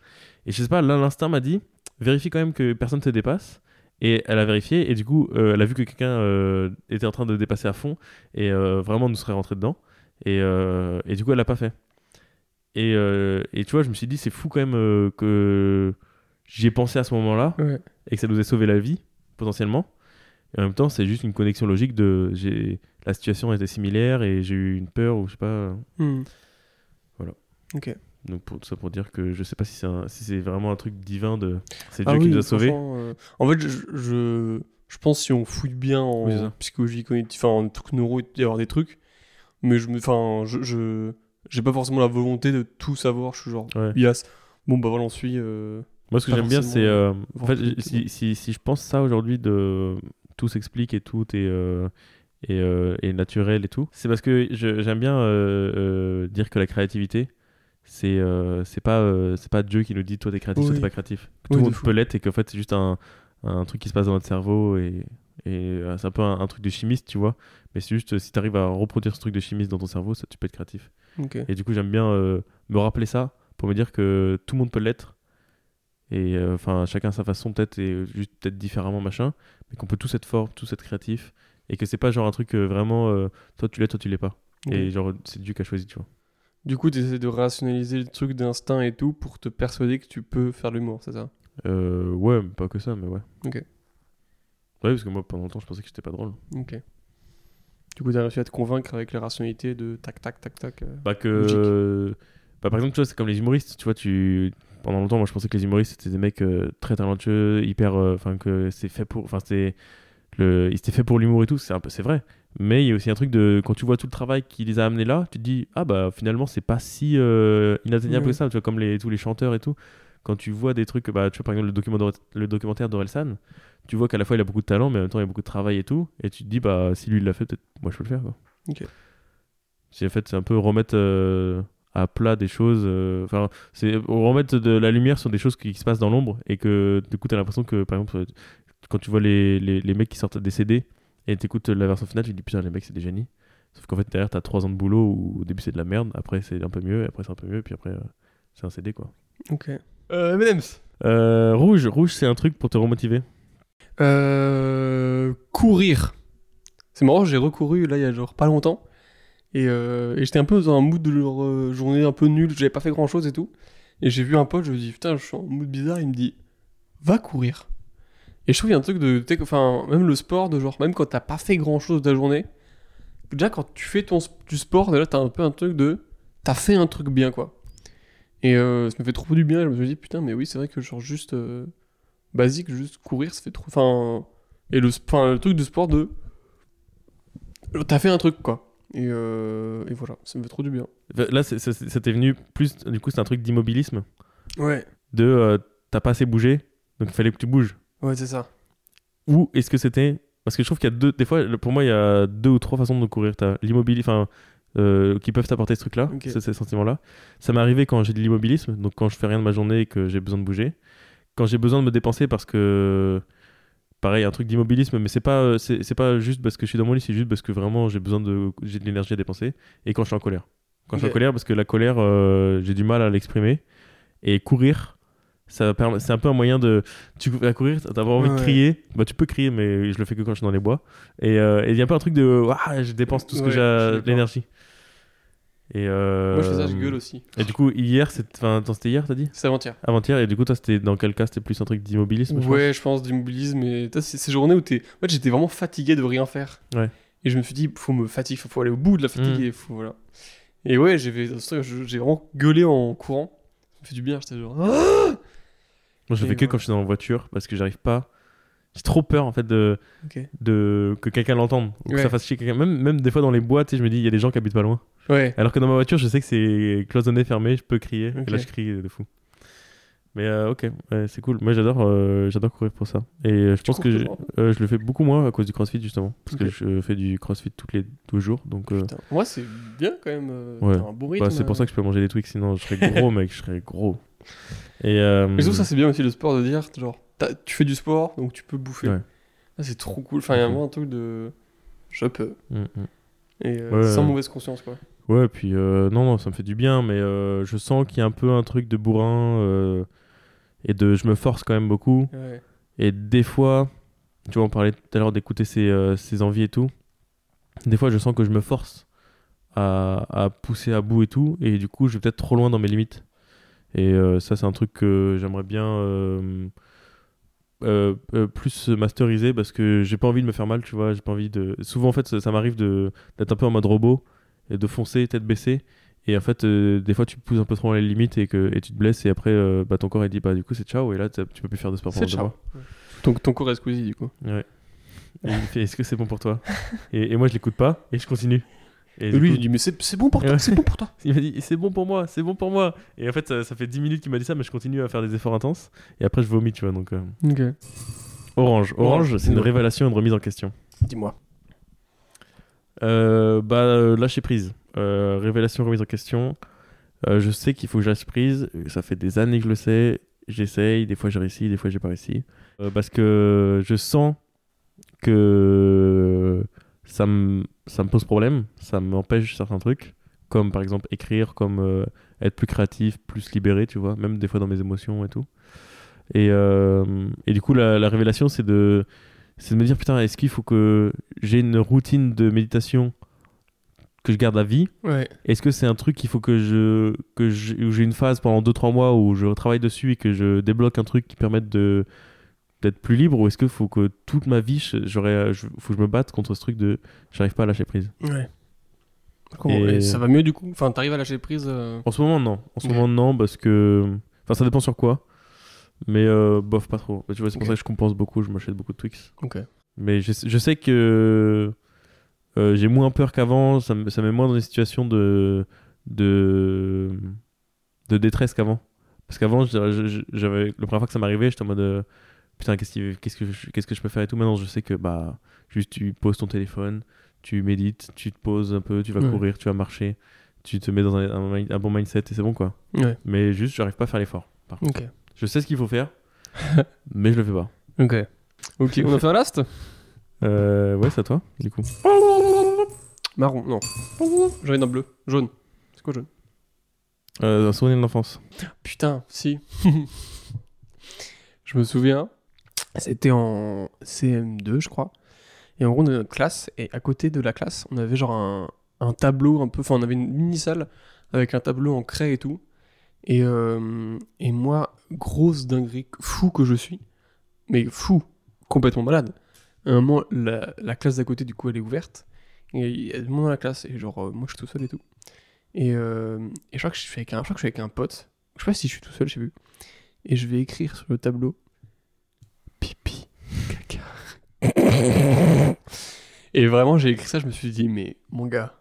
S3: Et je sais pas, là, l'instinct m'a dit vérifie quand même que personne te dépasse Et elle a vérifié, et du coup, euh, elle a vu que quelqu'un euh, était en train de dépasser à fond, et euh, vraiment nous serait rentré dedans. Et, euh, et du coup, elle l'a pas fait. Et, euh, et tu vois, je me suis dit, c'est fou quand même euh, que j'y ai pensé à ce moment-là,
S2: Ouais.
S3: et que ça nous ait sauvé la vie, potentiellement. Et en même temps, c'est juste une connexion logique de. j'ai- La situation était similaire, et j'ai eu une peur, ou je sais pas.
S2: Hmm.
S3: Voilà.
S2: Ok.
S3: Donc, pour, tout ça pour dire que je sais pas si c'est un- si c'est vraiment un truc divin de. C'est
S2: Ah
S3: Dieu qui
S2: oui,
S3: nous a sauvés.
S2: franchement, euh, En fait, je, je, je pense si on fouille bien en
S3: Oui, c'est ça.
S2: psychologie cognitive, enfin en trucs neuro, il doit y avoir des trucs. Mais je me, enfin, je, je, j'ai pas forcément la volonté de tout savoir. Je suis genre,
S3: Ouais.
S2: yes, bon bah voilà, on suit. euh,
S3: Moi, ce que
S2: Pas
S3: j'aime bien,
S2: forcément,
S3: c'est. euh, en
S2: voir
S3: fait,
S2: tout, tout,
S3: si, si, si je pense ça aujourd'hui, de tout s'explique et tout est, euh, est, euh, est naturel et tout, c'est parce que je- j'aime bien euh, euh, dire que la créativité, c'est euh, c'est pas, euh, c'est pas Dieu qui nous dit toi t'es créatif, toi
S2: Oui.
S3: t'es pas créatif. Que
S2: Oui,
S3: tout
S2: de
S3: le monde
S2: fou.
S3: peut l'être et qu'en fait, c'est juste un, un truc qui se passe dans notre cerveau et, et euh, c'est un peu un, un truc de chimiste, tu vois. Mais c'est juste euh, si t'arrives à reproduire ce truc de chimiste dans ton cerveau, ça, tu peux être créatif.
S2: Ok.
S3: Et du coup, j'aime bien euh, me rappeler ça pour me dire que tout le monde peut l'être. Et euh, enfin, chacun à sa façon, peut-être, et euh, juste peut-être différemment, machin. Mais qu'on peut tous être forts, tous être créatifs. Et que c'est pas genre un truc euh, vraiment, euh, toi tu l'es, toi tu l'es pas.
S2: Ok.
S3: Et genre, c'est Dieu qui a choisi, tu vois.
S2: Du coup, tu essaies de rationaliser le truc d'instinct et tout pour te persuader que tu peux faire de l'humour, c'est ça
S3: Euh, ouais, mais pas que ça, mais ouais.
S2: Ok.
S3: Ouais, parce que moi, pendant longtemps, je pensais que j'étais pas drôle.
S2: Ok. Du coup, t'as réussi à te convaincre avec la rationalité de tac, tac, tac, tac. euh.
S3: Bah
S2: Logique.
S3: que. Bah, par exemple, tu vois, c'est comme les humoristes. Tu vois, tu. Pendant longtemps, moi, je pensais que les humoristes, c'était des mecs euh, très talentueux, hyper. euh, Enfin, que c'est fait pour. Enfin, c'était. Le... Ils étaient faits pour l'humour et tout, c'est un peu... c'est vrai. Mais il y a aussi un truc de. Quand tu vois tout le travail qui les a amenés là, tu te dis, ah bah finalement, c'est pas si euh, inatteignable
S2: Ouais.
S3: que ça. Tu vois, comme les... tous les chanteurs et tout. Quand tu vois des trucs. Bah, tu vois, par exemple, le, document d'Ore- le documentaire d'Orelsan, tu vois qu'à la fois, il a beaucoup de talent, mais en même temps, il y a beaucoup de travail et tout. Et tu te dis, bah, si lui, il l'a fait, peut-être moi, je peux le faire, quoi. C'est en fait, c'est un peu remettre euh, à plat des choses. euh, Enfin, c'est remettre de la lumière sur des choses qui, qui se passent dans l'ombre et que du coup, t'as l'impression que, par exemple, euh, quand tu vois les, les, les mecs qui sortent des CD et t'écoutes la version finale, tu te dis putain, les mecs, c'est des génies. Sauf qu'en fait, derrière, t'as 3 ans de boulot où au début, c'est de la merde, après, c'est un peu mieux, et après, c'est un peu mieux, puis après, euh, c'est un CD quoi.
S2: Ok. Euh, M&M's.
S3: Euh, rouge, rouge, c'est un truc pour te remotiver.
S2: Euh, courir. C'est marrant, j'ai recouru là il y a genre pas longtemps. Et, euh, et j'étais un peu dans un mood de leur euh, journée un peu nulle, j'avais pas fait grand chose et tout. Et j'ai vu un pote, je me dis putain, je suis en mood bizarre, il me dit va courir. Et je trouve qu'il y a un truc de. tu sais que- Enfin, même le sport, de genre, même quand t'as pas fait grand chose de ta journée, déjà quand tu fais ton, sp- du sport, déjà t'as un peu un truc de. T'as fait un truc bien quoi. Et euh, ça me fait trop du bien, je me suis dit putain, mais oui, c'est vrai que genre juste. euh, basique, juste courir, ça fait trop. Enfin, et le, sp- enfin, le truc de sport de. T'as fait un truc, quoi. Et, euh, et voilà, ça me fait trop du bien.
S3: Enfin, Là, c'est- c'est- ça t'est venu plus, du coup, c'est un truc d'immobilisme,
S2: Ouais,
S3: de euh, t'as pas assez bougé, donc il fallait que tu bouges.
S2: ouais, c'est ça.
S3: ou est-ce que c'était parce que je trouve qu'il y a deux des fois le- pour moi il y a deux ou trois façons de courir t'as l'immobilisme enfin euh, qui peuvent t'apporter ce truc là
S2: Ok.
S3: ce, ces sentiments là ça m'est arrivé quand j'ai de l'immobilisme donc quand je fais rien de ma journée et que j'ai besoin de bouger quand j'ai besoin de me dépenser parce que pareil un truc d'immobilisme mais c'est pas euh, c'est c'est pas juste parce que je suis dans mon lit c'est juste parce que vraiment j'ai besoin de j'ai de l'énergie à dépenser et quand je suis en colère quand je suis en
S2: Ok.
S3: colère parce que la colère euh, j'ai du mal à l'exprimer et courir ça permet- c'est un peu un moyen de tu vas courir t'as avoir envie
S2: Ouais.
S3: de crier bah tu peux crier mais je le fais que quand je suis dans les bois et euh, et il y a pas un truc de Ouah, je dépense tout ce
S2: Ouais, je suis
S3: que j'ai
S2: d'accord.
S3: l'énergie et euh,
S2: Moi, je fais ça, je gueule aussi.
S3: et du coup hier c'est enfin attends, c'était hier t'as dit
S2: C'est avant-hier.
S3: avant-hier et du coup toi c'était dans quel cas c'était plus un truc d'immobilisme je
S2: Ouais, je pense, d'immobilisme. Et t'as ces ces journées où t'es. En fait, j'étais vraiment fatigué de rien faire.
S3: Ouais.
S2: Et je me suis dit, faut me fatiguer, faut, faut aller au bout de la fatigue.
S3: Mm.
S2: et Faut, voilà. Et ouais, j'ai fait- je- j'ai vraiment gueulé en courant. Ça me fait du bien, j'étais genre. Ah
S3: Moi, je le fais
S2: Et
S3: que
S2: voilà.
S3: quand je suis dans la voiture parce que j'arrive pas. J'ai trop peur en fait de,
S2: Ok.
S3: de que quelqu'un l'entende ou que
S2: Ouais.
S3: ça fasse chier quelqu'un. Même, même des fois dans les boîtes, tu sais, je me dis, il y a des gens qui habitent pas loin.
S2: Ouais.
S3: Alors que dans ma voiture, je sais que c'est cloisonné, fermé, je peux crier. Et
S2: Ok.
S3: là, je crie de fou. Mais euh, ok, ouais, c'est cool. Moi, j'adore euh, j'adore courir pour ça. Et euh, je pense
S2: cours
S3: que je,
S2: toujours
S3: euh, je le fais beaucoup moins à cause du crossfit justement. Parce
S2: Ok.
S3: que je fais du crossfit tous les 12 jours. Donc euh,
S2: Putain, Moi, c'est bien quand même. euh,
S3: Ouais.
S2: t'as un bon rythme. euh.
S3: bah, c'est pour ça que je peux manger des Twix, sinon je serais gros, mec. Je serais gros. Et, euh,
S2: Mais je trouve ça c'est bien aussi le sport de dire genre t'as- tu fais du sport donc tu peux bouffer.
S3: Ouais.
S2: Ah, c'est trop cool. Enfin il y a
S3: Mhm.
S2: vraiment un truc de je peux
S3: Mm, mm.
S2: et euh,
S3: Ouais.
S2: sans mauvaise conscience quoi.
S3: Ouais, puis euh, non, non, ça me fait du bien, mais euh, je sens qu'il y a un peu un truc de bourrin euh, et de je me force quand même beaucoup.
S2: Ouais.
S3: Et des fois, Tu vois, on parlait tout à l'heure d'écouter ses, euh, ses envies et tout. Des fois, je sens que je me force à, à pousser à bout et tout, et du coup, je vais peut-être trop loin dans mes limites. Et euh, ça, c'est un truc que j'aimerais bien euh, euh, euh, plus masteriser parce que j'ai pas envie de me faire mal, tu vois. J'ai pas envie de. Souvent, en fait, ça, ça m'arrive de- d'être un peu en mode robot et de foncer tête baissée. Et en fait, euh, des fois, tu pousses un peu trop dans les limites et, que, et tu te blesses. Et après, euh, bah, ton corps, il dit, bah, du coup, c'est ciao. Et là, t'as- tu peux plus faire de sport pendant
S2: C'est
S3: deux
S2: ciao.
S3: mois.
S2: Ton, ton cours est squeezy du coup.
S3: Ouais. Et il me fait, est-ce que c'est bon pour toi et, et moi, je l'écoute pas et je continue. Et
S2: Et
S3: du
S2: lui,
S3: coup,
S2: il dit Mais c'est c'est bon pour
S3: Et
S2: toi,
S3: ouais.
S2: c'est bon pour toi.
S3: il m'a dit c'est bon pour moi, c'est bon pour moi. Et en fait, ça, ça fait 10 minutes qu'il m'a dit ça, mais je continue à faire des efforts intenses. Et après, je vomis, tu vois. Donc, euh,
S2: Ok.
S3: Orange, Orange, c'est une
S2: Ouais.
S3: révélation, une remise en question.
S2: Dis-moi.
S3: Euh, bah, euh, lâcher prise. Euh, révélation, remise en question. Euh, je sais qu'il faut que je lâche prise. Ça fait des années que je le sais. J'essaye. Des fois, j'ai réussi. Des fois, j'ai pas réussi. Euh, parce que je sens que ça me, ça me pose problème. Ça m'empêche certains trucs. Comme par exemple écrire, comme euh, être plus créatif, plus libéré, tu vois. Même des fois dans mes émotions et tout. Et, euh, et du coup, la, la révélation, c'est de, c'est de me dire putain, est-ce qu'il faut que j'ai une routine de méditation que je garde à vie
S2: Ouais.
S3: Est-ce que c'est un truc qu'il faut que je que je- où j'ai une phase pendant 2-3 mois où je travaille dessus et que je débloque un truc qui permette de d'être plus libre ou est-ce que faut que toute ma vie je- j'aurais je- faut que je me batte contre ce truc de j'arrive pas à lâcher prise
S2: Ouais.
S3: Et-
S2: Et... ça va mieux du coup Enfin, t'arrives à lâcher prise euh,
S3: En ce moment, non. En ce
S2: Ok.
S3: moment, non, parce que. Enfin, ça dépend sur quoi. Mais euh, bof, pas trop. Tu vois, c'est pour
S2: Ok.
S3: ça que je compense beaucoup, je m'achète beaucoup de Twix.
S2: Ok.
S3: Mais je, je sais que. euh, j'ai moins peur qu'avant, ça me ça me met moins dans des situations de. de. de détresse qu'avant. Parce qu'avant, je- je- je- j'avais. La première fois que ça m'arrivait, j'étais en mode. euh, Putain, qu'est-ce qui- qu'est-ce que je- qu'est-ce que je peux faire et tout. Maintenant, je sais que, bah, juste tu poses ton téléphone, tu médites, tu te poses un peu, tu vas
S2: Ouais.
S3: courir, tu vas marcher, tu te mets dans un, un mind- un bon mindset et c'est bon quoi.
S2: Ouais.
S3: Mais juste, j'arrive pas à faire l'effort. par contre.
S2: Ok.
S3: Je sais ce qu'il faut faire, mais je le fais pas.
S2: Ok. Ok, on a fait un last
S3: Euh, ouais, c'est à toi, du coup.
S2: euh, Marron, non. J'en ai un bleu. Jaune. C'est quoi jaune
S3: Euh, un souvenir de l'enfance.
S2: Putain, si. je me souviens, c'était en CM2, je crois. Et en gros, on avait notre classe, et à côté de la classe, on avait genre un, un tableau un peu. Enfin, on avait une mini-salle avec un tableau en craie et tout. Et, euh, et moi, grosse dinguerie, fou que je suis, mais fou, complètement malade. À un moment, la, la classe d'à côté, du coup, elle est ouverte. Et il y a du monde dans la classe, et genre, euh, moi, je suis tout seul et tout. Et, euh, et je, crois que je, suis avec un, je crois que je suis avec un pote. Je sais pas si je suis tout seul, je sais plus. Et je vais écrire sur le tableau pipi, caca. et vraiment, j'ai écrit ça, je me suis dit, mais mon gars,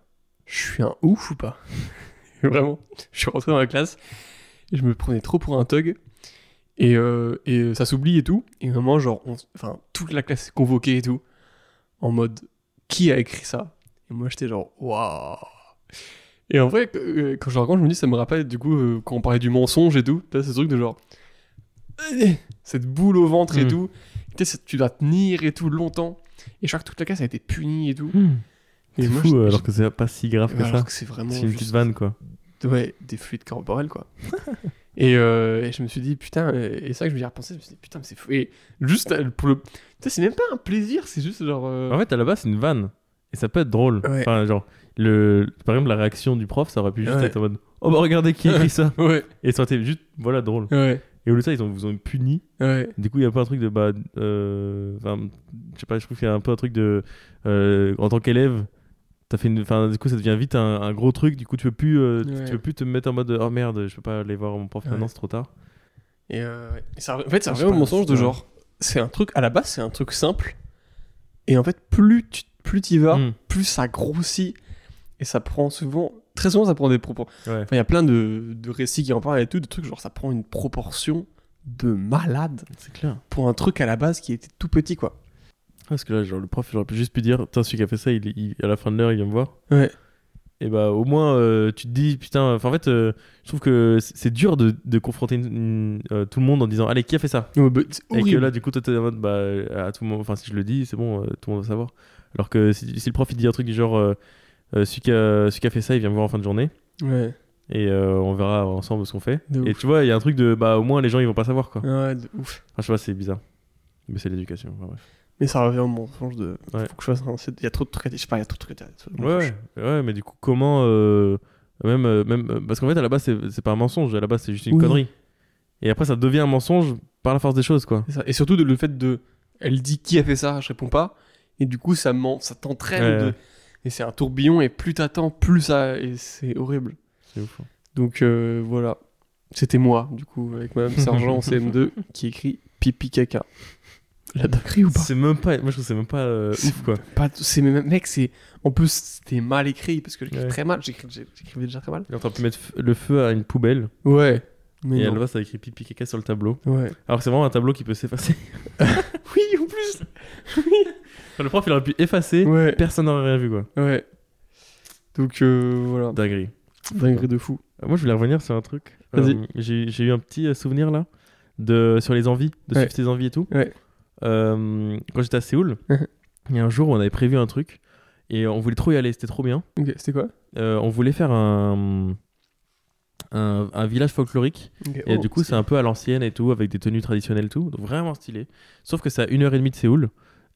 S2: je suis un ouf ou pas Vraiment, je suis rentré dans la classe et je me prenais trop pour un thug. Et, euh, et euh, ça s'oublie et tout. Et vraiment, genre, on s- enfin, toute la classe est convoquée et tout. En mode, qui a écrit ça Et moi, j'étais genre, waouh et en vrai, que- euh, quand je le raconte, je me dis, ça me rappelle du coup, euh, quand on parlait du mensonge et tout, tu vois, ce truc de genre. euh, Cette boule au ventre et
S3: Mm.
S2: tout. Tu sais, c'est- tu dois tenir et tout longtemps. Et je crois que toute la classe a été punie et tout.
S3: C'est
S2: Et moi,
S3: fou, euh,
S2: je-
S3: alors que c'est pas si grave
S2: je-
S3: que
S2: alors
S3: ça.
S2: que c'est vraiment.
S3: C'est une petite
S2: juste-
S3: vanne quoi.
S2: Ouais, des fluides corporels, quoi. et, euh, et je me suis dit, putain, euh, et ça que je me suis repensé, je me suis dit, putain, mais c'est fou. Et juste euh, pour le. Tu sais, c'est même pas un plaisir, c'est juste genre. euh,
S3: En fait, à la base, c'est une vanne. Et ça peut être drôle.
S2: Ouais.
S3: Enfin, genre, le... par exemple, la réaction du prof, ça aurait pu juste
S2: Ouais.
S3: être en mode Oh bah regardez qui a écrit ça
S2: Ouais,
S3: Et ça aurait été juste, voilà, drôle.
S2: ouais,
S3: Et au lieu de ça, ils ont, vous ont puni.
S2: ouais.
S3: Du coup, il y a pas un truc de bah. euh, Enfin, je sais pas, je trouve qu'il y a un peu un truc de. euh, en tant qu'élève, t'as fait une. Enfin, du coup, ça devient vite un, un gros truc. Du coup, tu peux plus, euh,
S2: Ouais.
S3: tu peux plus te mettre en mode Oh merde, je peux pas aller voir mon prof
S2: Ouais.
S3: maintenant, c'est trop tard.
S2: Et euh, ouais. Et ça, en fait, c'est un
S3: Je
S2: vrai
S3: sais pas,
S2: mensonge de
S3: Ah, c'est-
S2: genre. C'est un truc, à la base, c'est un truc simple. Et en fait, plus tu plus t'y vas,
S3: Mm.
S2: plus ça grossit. Et ça prend souvent, très souvent, ça prend des propos.
S3: Ouais.
S2: Enfin, il y a plein de, de récits qui en parlent et tout, de trucs genre ça prend une proportion de malade
S3: C'est clair.
S2: pour un truc à la base qui était tout petit, quoi.
S3: Parce que là, genre, le prof, j'aurais pu juste pu dire Putain, celui qui a fait ça, il, il- à la fin de l'heure, il vient me voir.
S2: Ouais.
S3: et bah au moins euh, tu te dis putain enfin en fait euh, je trouve que c'est c'est dur de, de confronter une- une- euh, tout le monde en disant allez qui a fait ça
S2: c'est
S3: bah, et que
S2: horrible.
S3: là du coup toi t'es en mode bah euh, à tout moment enfin si je le dis c'est bon euh, tout le monde va savoir alors que si, si le prof il dit un truc du genre euh, euh, celui, qui a, celui qui a fait ça il vient me voir en fin de journée
S2: Ouais,
S3: et euh, on verra ensemble ce qu'on fait
S2: De
S3: et
S2: ouf.
S3: tu vois il y a un truc de bah au moins les gens ils vont pas savoir quoi
S2: ouais, de ouf.
S3: Enfin, je sais pas c'est bizarre mais c'est l'éducation enfin, bref.
S2: Mais ça revient au mensonge de.
S3: Ouais.
S2: Faut que je fasse un site. Il y a trop de trucs à dire. Je sais pas, il y a trop de trucs à dire.
S3: Ouais, ouais, ouais, mais du coup, comment. euh, même, euh, même, euh, parce qu'en fait, à la base, c'est c'est pas un mensonge, à la base, c'est juste une
S2: Oui.
S3: connerie. Et après, ça devient un mensonge par la force des choses, quoi.
S2: C'est ça. Et surtout de- le fait de. Elle dit qui a fait ça, je réponds pas. Et du coup, ça ment, ça t'entraîne.
S3: Ouais.
S2: de- Et c'est un tourbillon, et plus t'attends, plus ça. Et c'est horrible.
S3: C'est ouf. hein.
S2: Donc euh, voilà. C'était moi, du coup, avec Madame Sergent en CM2, qui écrit Pipi Caca. La dinguerie ou pas
S3: C'est même pas. Moi, je trouve que c'est même pas euh,
S2: Bah. C'est-
S3: ouf, quoi.
S2: pas tout- c'est mais- mec c'est en plus c'était mal écrit parce que j'écris
S3: Ouais.
S2: très mal j'écris- j'ai- j'écrivais déjà très mal
S3: Il est en train de mettre f- le feu à une poubelle.
S2: ouais
S3: et
S2: mais
S3: à la
S2: non.
S3: base, ça écrit pipi caca sur le tableau.
S2: ouais
S3: Alors que c'est vraiment un tableau qui peut s'effacer.
S2: oui en plus
S3: Enfin, le prof, il aurait pu effacer.
S2: ouais
S3: Personne n'aurait rien vu, quoi.
S2: ouais donc euh, voilà
S3: Dinguerie.
S2: dinguerie de fou
S3: Euh, Moi, je voulais revenir sur un truc. Euh,
S2: Vas-y.
S3: j'ai j'ai eu un petit euh, souvenir là de sur les envies, de
S2: Ouais.
S3: suivre ses envies et tout.
S2: Ouais.
S3: Euh, quand j'étais à Séoul,
S2: Mhm.
S3: il y a un jour, on avait prévu un truc et on voulait trop y aller. C'était trop bien.
S2: ok c'était quoi
S3: Euh, on voulait faire un un, un village folklorique
S2: Ok,
S3: et
S2: oh,
S3: du coup c'est un peu à l'ancienne et tout avec des tenues traditionnelles et tout donc vraiment stylé sauf que c'est à une heure et demie de Séoul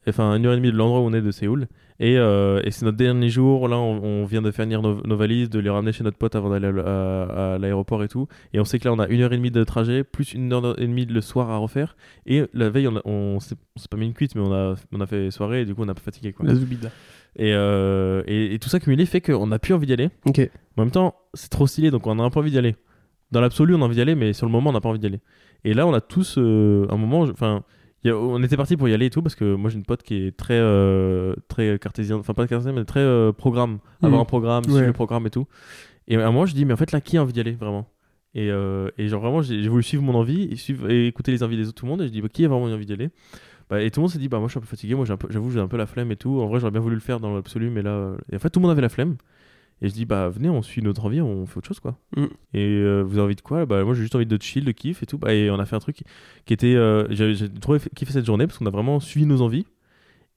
S3: enfin une heure et demie de l'endroit où on est de Séoul et, euh, et c'est notre dernier jour là on, on vient de faire venir nos, nos valises de les ramener chez notre pote avant d'aller à, à- à l'aéroport et tout et on sait que là on a une heure et demie de trajet plus une heure et demie le soir à refaire et la veille on, a- on s'est on s'est pas mis une cuite mais on a, on a fait soirée et du coup on a pas fatigué quoi
S2: la zoubida
S3: et, euh, et, et tout ça cumulé fait qu'on a plus envie d'y aller
S2: ok
S3: mais en même temps, c'est trop stylé, donc on a un peu envie d'y aller. Dans l'absolu, on a envie d'y aller, mais sur le moment, on n'a pas envie d'y aller. Et là, on a tous euh, un moment, je- enfin, il y a- on était parti pour y aller et tout, parce que moi, j'ai une pote qui est très, euh, très cartésienne, enfin pas cartésienne, mais très euh, programme, avoir
S2: Mhm.
S3: un programme, suivre
S2: Ouais.
S3: le programme et tout. Et à un moment, je dis, mais en fait, là, qui a envie d'y aller vraiment et, euh, et genre vraiment, j'ai j'ai voulu suivre mon envie et, suivre, et écouter les envies des autres, tout le monde. Et je dis, bah, qui a vraiment envie d'y aller Bah, Et tout le monde s'est dit, bah, moi je suis un peu fatigué, moi j'ai un peu- j'avoue, j'ai un peu la flemme et tout. En vrai, j'aurais bien voulu le faire dans l'absolu, mais là. euh, Et en fait, tout le monde avait la flemme. Et je dis, bah venez, on suit notre envie, on fait autre chose quoi.
S2: Mm.
S3: Et euh, vous avez envie de quoi Bah moi j'ai juste envie de chill, de kiff et tout. Bah, et on a fait un truc qui était. euh, J'ai j'ai trop eff- kiffé cette journée parce qu'on a vraiment suivi nos envies.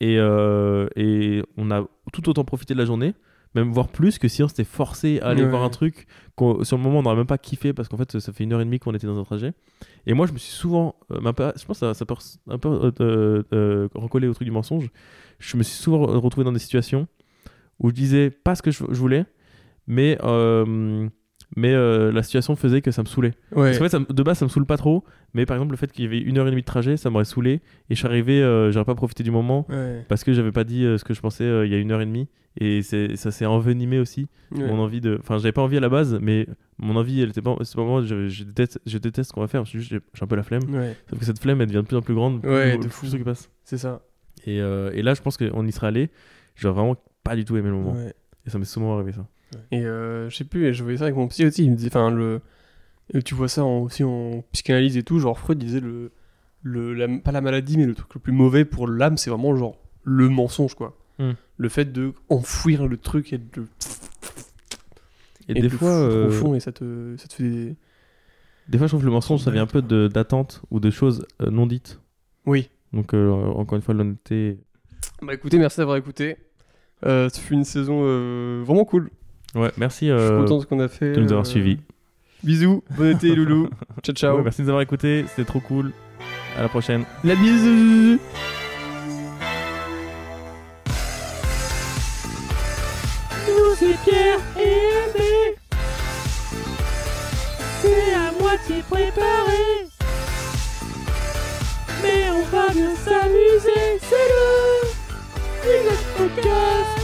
S3: Et, euh, et on a tout autant profité de la journée, même voire plus que si on s'était forcé à aller
S2: Ouais.
S3: voir un truc. qu'on- Sur le moment, on n'aurait même pas kiffé parce qu'en fait, ça- ça fait une heure et demie qu'on était dans un trajet. Et moi, je me suis souvent. euh, ma pa- je pense que ça, ça peut res- un peu euh, euh, euh, recoller au truc du mensonge. Je me suis souvent re- retrouvé dans des situations où je disais pas ce que je, je voulais, mais, euh, mais euh, la situation faisait que ça me saoulait.
S2: ouais
S3: Parce qu'en fait, ça me- de base, ça me saoule pas trop, mais par exemple, le fait qu'il y avait une heure et demie de trajet, ça m'aurait saoulé et je suis arrivé, euh, j'aurais pas profité du moment
S2: ouais,
S3: parce que j'avais pas dit euh, ce que je pensais euh, il y a une heure et demie et c'est- ça s'est envenimé aussi
S2: ouais.
S3: mon envie de enfin j'avais pas envie à la base mais mon envie elle était pas c'est pas moi je, je déteste je déteste ce qu'on va faire c'est juste j'ai j'ai un peu la flemme
S2: Ouais,
S3: sauf que cette flemme elle devient de plus en plus grande
S2: Mm. Ouais,
S3: plus,
S2: de
S3: plus
S2: fou.
S3: le truc passe
S2: c'est ça
S3: et, euh, et là je pense qu'on y serait allé j'aurais vraiment pas du tout aimé le moment
S2: ouais.
S3: et ça m'est souvent arrivé ça
S2: et euh, je sais plus et je voyais ça avec mon psy aussi il me disait enfin le et tu vois ça en- aussi en psychanalyse et tout genre Freud disait le le la- pas la maladie mais le truc le plus mauvais pour l'âme c'est vraiment genre le mensonge quoi
S3: Hmm.
S2: le fait de enfouir le truc et de
S3: et,
S2: de
S3: des
S2: le
S3: fois
S2: foutre au
S3: euh,
S2: fond et ça te ça te fait des...
S3: des fois je trouve que le mensonge ça vient un peu de- d'attentes ou de choses euh, non dites
S2: oui
S3: donc euh, encore une fois l'honnêteté
S2: Bah écoutez, merci d'avoir écouté. Euh, ce fut une saison euh, vraiment cool.
S3: ouais merci
S2: Je suis
S3: euh,
S2: content de ce qu'on a fait.
S3: de nous avoir
S2: euh,
S3: suivis
S2: Bisous, bon été loulou. Ciao ciao.
S3: Ouais, bah. merci de nous avoir écoutés c'était trop cool à la prochaine
S2: La bisou.
S1: Nous c'est Pierre et Aimé. C'est à moitié préparé. Mais on va bien s'amuser. C'est le Zigzag Podcast.